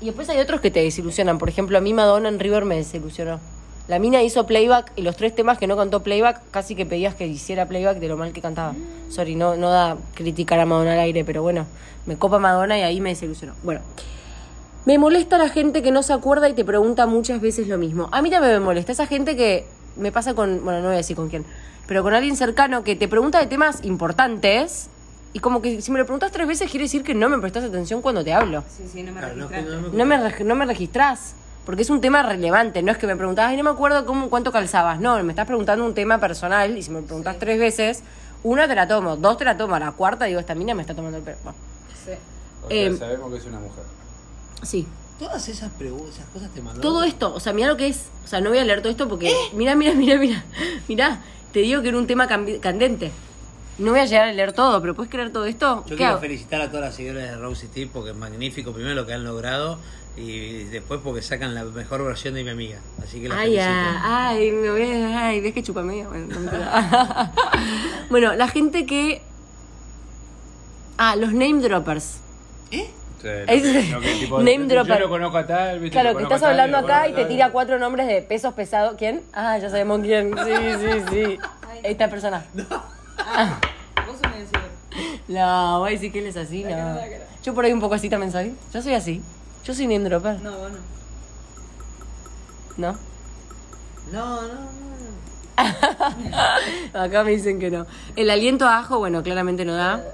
Y después hay otros que te desilusionan. Por ejemplo, a mí Madonna en River me desilusionó. La mina hizo playback y los tres temas que no cantó playback, casi que pedías que hiciera playback de lo mal que cantaba. Sorry, no, no da criticar a Madonna al aire, pero bueno, me copa Madonna y ahí me desilusionó. Bueno, me molesta la gente que no se acuerda y te pregunta muchas veces lo mismo. A mí también me molesta esa gente que me pasa con, bueno, no voy a decir con quién, pero con alguien cercano que te pregunta de temas importantes y como que si me lo preguntas tres veces quiere decir que no me prestas atención cuando te hablo. Sí, sí, no me Claro, no, registraste. no me No me, reg- no me registrás, porque es un tema relevante. No es que me preguntabas, ay, no me acuerdo cómo, cuánto calzabas. No, me estás preguntando un tema personal y si me preguntás tres veces, una te la tomo, dos te la tomo, la cuarta digo, esta mina me está tomando el pelo. Bueno, Sí. O sea, Eh, sabemos que es una mujer. sí. Todas esas preguntas, esas cosas te mandó. Todo esto, o sea, mira lo que es. O sea, no voy a leer todo esto porque. Mira, mira, mira, mira. Mira, te digo que era un tema cambi- candente. No voy a llegar a leer todo, pero ¿puedes creer todo esto? Yo ¿Qué quiero hago? felicitar a todas las seguidores de Rousey Team porque es magnífico, primero lo que han logrado y después porque sacan la mejor versión de mi amiga. Así que las Ay, felicito. ah, ay, me voy a- ay, ves que chupa medio. Bueno, no <laughs> mentira. bueno, la gente que. Ah, los name droppers. ¿Eh? Sí, lo- Es- Lo que, <laughs> tipo, name yo dropper. lo conozco a tal, ¿viste? Claro, lo que conozco estás a tal, hablando lo acá conozco y a te tal. tira cuatro nombres de pesos pesados. ¿Quién? Ah, ya sabemos quién. Sí, sí, <laughs> sí. Esta persona. Vos sos medio ciego. No, voy a decir que él es así, no. Yo por ahí un poco así también soy. Yo soy así. Yo soy name dropper. No, vos no. ¿No? No, no, no. Acá me dicen que no. El aliento a ajo, bueno, claramente no da.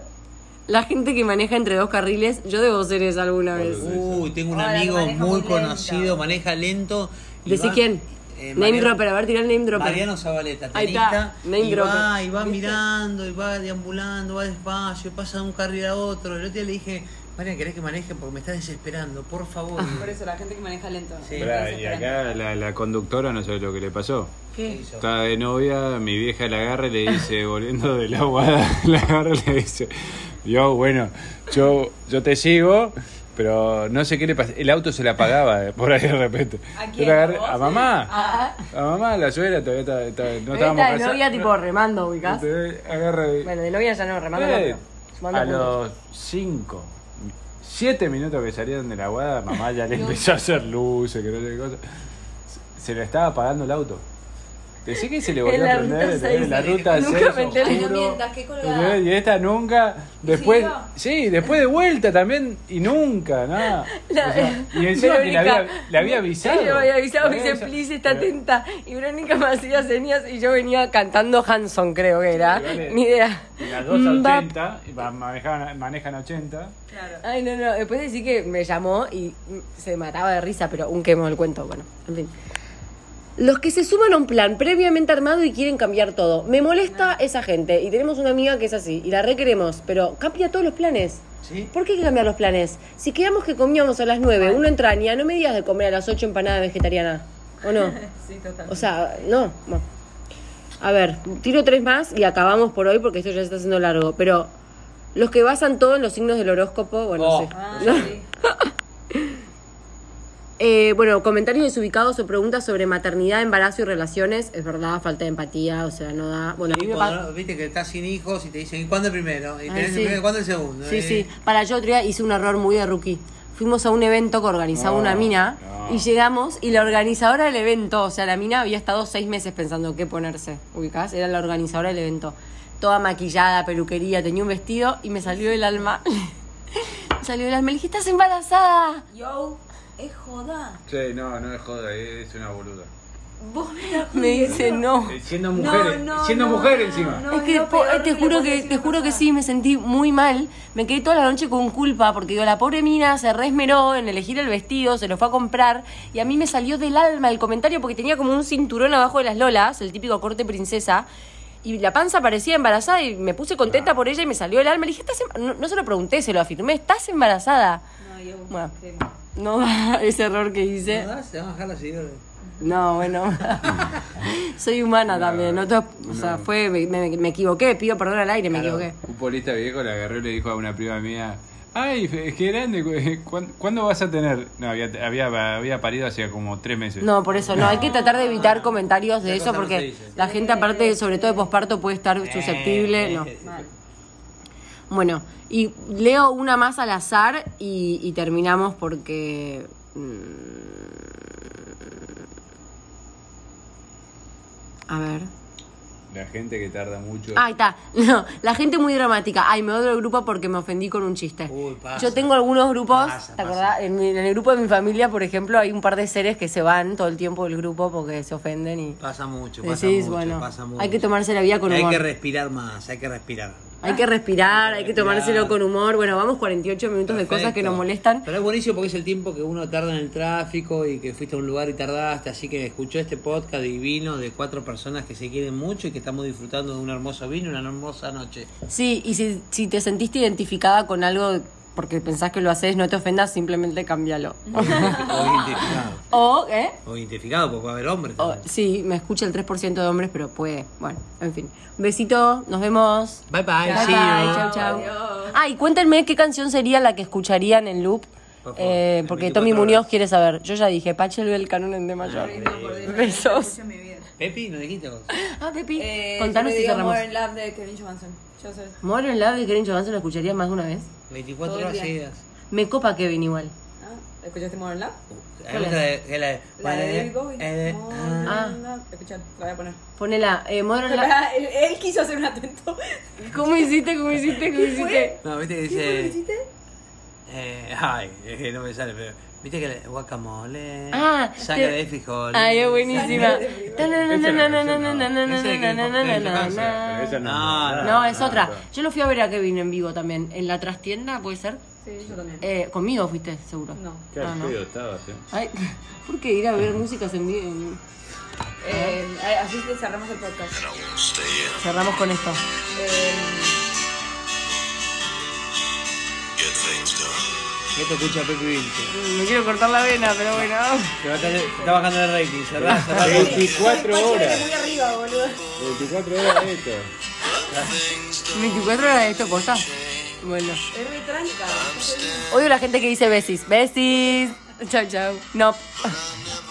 La gente que maneja entre dos carriles, yo debo ser esa alguna vez. Uy, tengo un Ahora, amigo maneja muy muy lento. conocido, maneja lento. y Decí va- quién. Eh, name Mariano- dropper, a ver, tirar name dropper. Mariano Zabaleta, Ahí está, tenista, name y va, dropper. y va ¿Viste? mirando, y va deambulando, va despacio, pasa de un carril a otro. El otro día le dije, Mariano, ¿querés que maneje? Porque me está desesperando, por <laughs> favor. Por eso la gente que maneja lento. Sí. Pará, Entonces, y esperando. acá la, la conductora no sabe lo que le pasó. ¿Qué hizo? Está de novia, mi vieja la agarra y le dice, <laughs> volviendo del agua, <laughs> la agarra y le dice, yo, bueno, yo, yo te sigo, pero no sé qué le pasa. El auto se le apagaba eh, por ahí de repente. ¿A Yo quién? la agarré- ¿A vos? a mamá, Ah, a mamá, la suegra todavía está- está- no esta estábamos de novia casados. tipo remando, ubicás. Entonces, Agarra y- Bueno, de novia ya no, remando no, Eh, pero sumando a puntos. los 5, 7 minutos que salieron de la guada, <laughs> mamá ya le empezó a hacer luces, que no sé qué cosa. Se- Se le estaba apagando el auto. Decí que se le volvió En la a prender ruta de- de la seis. ruta Nunca 6. me enteré. Ay, no mientas, qué colgada. Y esta nunca. Después. siguió? Sí, después de vuelta también. Y nunca, nada. La- O sea, y encima que le Verónica- había, le había avisado. Sí, le <laughs> había avisado, Le me había dice, avisado. please, está Le- atenta. Y Verónica me hacía señas y yo venía cantando Hanson, creo que era. Sí, vale. Ni idea. y Las 2 a Mbap. 80. y va- Manejan, manejan 80. Claro. <laughs> Ay, no, no. Después decí que me llamó y mm, se mataba de risa, pero un quemo el cuento. Bueno, en fin. Los que se suman a un plan previamente armado y quieren cambiar todo. Me molesta esa gente. Y tenemos una amiga que es así. Y la requeremos. Pero cambia todos los planes. ¿Sí? ¿Por qué hay que cambiar los planes? Si quedamos que comíamos a las 9, uno entraña, no me digas de comer a las 8 empanada vegetariana. ¿O no? <laughs> Sí, total. O sea, no. bueno. A ver, tiro tres más y acabamos por hoy porque esto ya se está haciendo largo. Pero los que basan todo en los signos del horóscopo, bueno, Oh. sí. Ah, No. sí. Eh, bueno, comentarios desubicados o preguntas sobre maternidad, embarazo y relaciones. Es verdad, falta de empatía, o sea, no da. Bueno, a mí me Cuando, pasa. ¿no? Viste que estás sin hijos y te dicen, ¿y cuándo el primero? Y Ay, tenés Ah, sí. el primero, ¿cuándo el segundo? Sí, Eh, sí. Para yo otro día hice un error muy de rookie. Fuimos a un evento que organizaba No, una mina no. y llegamos y la organizadora del evento, o sea, la mina había estado seis meses pensando qué ponerse, ubicás, era la organizadora del evento. Toda maquillada, peluquería, tenía un vestido y me salió el alma. <laughs> Me salió el alma, le dije, estás embarazada. Yo, es joda. Che, no, no es joda, es una boluda. Vos me la Me dice, no. Eh, Siendo mujer, Oh. No, no, siendo no, mujer no, encima. no. es que lo po- eh, peor te que juro le que podés te juro que pasar. sí, me sentí muy mal. Me quedé toda la noche con culpa porque digo, la pobre mina se resmeró en elegir el vestido, se lo fue a comprar y a mí me salió del alma el comentario porque tenía como un cinturón abajo de las lolas, el típico corte princesa. Y la panza parecía embarazada y me puse contenta por ella y me salió el alma. Le dije, "Estás em-". no, no se lo pregunté, se lo afirmé, estás embarazada. No, yo. Bueno. qué mal. No, <laughs> ese error que hice. ¿No das? Te van a bajar las seguidores. No, bueno. Soy humana también. no to- o sea, fue, me, me- me equivoqué, pido perdón al aire, me equivoqué. Un polista viejo la agarró y le dijo a una prima mía, ay, es que grande, cu- eh, ¿cuán- ¿cuándo vas a tener? No, había, había, había parido hacía como tres meses. No, por eso no, hay que tratar de evitar comentarios de Esas eso cosas Eh. no se porque dicen. la gente aparte, sobre todo de posparto, puede estar susceptible. eh, No. Mal. Bueno, y leo una más al azar y, y terminamos porque... mm, A ver. La gente que tarda mucho. Ahí está. <laughs> No, la gente muy dramática. Ay, me odio el grupo porque me ofendí con un chiste. Uy, pasa. Yo tengo algunos grupos, Pasa, ¿te pasa. acordás? En, mi- en el grupo de mi familia, por ejemplo, hay un par de seres que se van todo el tiempo del grupo porque se ofenden y Pasa mucho, pasa decís, mucho, bueno, pasa mucho. hay que tomarse la vida con Hay humor. que respirar más, hay que respirar. Hay que respirar, hay que tomárselo con humor. Bueno, vamos 48 minutos de cosas que Perfecto. nos molestan. Pero es buenísimo porque es el tiempo que uno tarda en el tráfico y que fuiste a un lugar y tardaste. Así que escuchó este podcast divino de cuatro personas que se quieren mucho y que estamos disfrutando de un hermoso vino y una <laughs> hermosa noche. Sí, y si, si te sentiste identificada con algo porque pensás que lo haces, no te ofendas, simplemente cámbialo. O identificado. o, ¿eh? O identificado, porque va a haber hombres. O- también. sí, me escucha el 3% de hombres, pero puede. Bueno, en fin. Besito, nos vemos. Bye Bye bye, bye, see you. chau, chau. Adiós. Ah, y cuéntenme qué canción sería la que escucharían en loop. Por favor, eh, en porque 24 Tommy horas. Muñoz quiere saber. Yo ya dije, Pachel ve el canon en D mayor. Rindo por dentro, Besos. escucho mi vida. Pepi, ¿no dijiste <laughs> vos? Ah, Pepi, Eh, contanos yo le si digo cerramos. More in Love de Kevin Johansson. Yo sé. Modern Love y Karen Johansson, ¿lo escucharías más de una vez? Todo 24 el horas día. seguidas. Me copa Kevin igual. Ah, ¿Escuchaste Modern Love? Hay otra de- que es la de- La de David Bowie. Eh, Modern ah. Love. Escuchá, la voy a poner. Ponela, eh, Modern Love. Pará, él, él quiso hacer un atento. ¿Cómo hiciste? ¿Cómo hiciste? ¿Cómo fue? hiciste? No, viste que ¿Qué fue lo que dice. hiciste? eh, ay, es que no me sale, pero. Viste que la- guacamole. Ah, Sangre te- de frijol. Ay, es buenísima. Sangre de No, es otra. Yo lo fui a ver a Kevin en vivo también. En la trastienda, ¿puede ser? Sí, yo también. Eh, conmigo fuiste, seguro. No. Qué Ah, no. feo estabas, eh. Ay, <laughs> ¿por qué ir a ver músicas en vivo? Ah. Eh, así que cerramos el podcast. Cerramos con esto. Eh, Esto escucha Pepe Vilche. Mm, Me quiero cortar la vena, pero bueno. Te va a caer- te Está bajando el rating, cerrá, cerrá. Sí. 24 Pachi, horas. vete Muy arriba, boludo. 24 horas de esto. 24 horas de esto, posta. Bueno. Es re tranca. Odio la gente que dice besis. Besis. Chau, chau. No.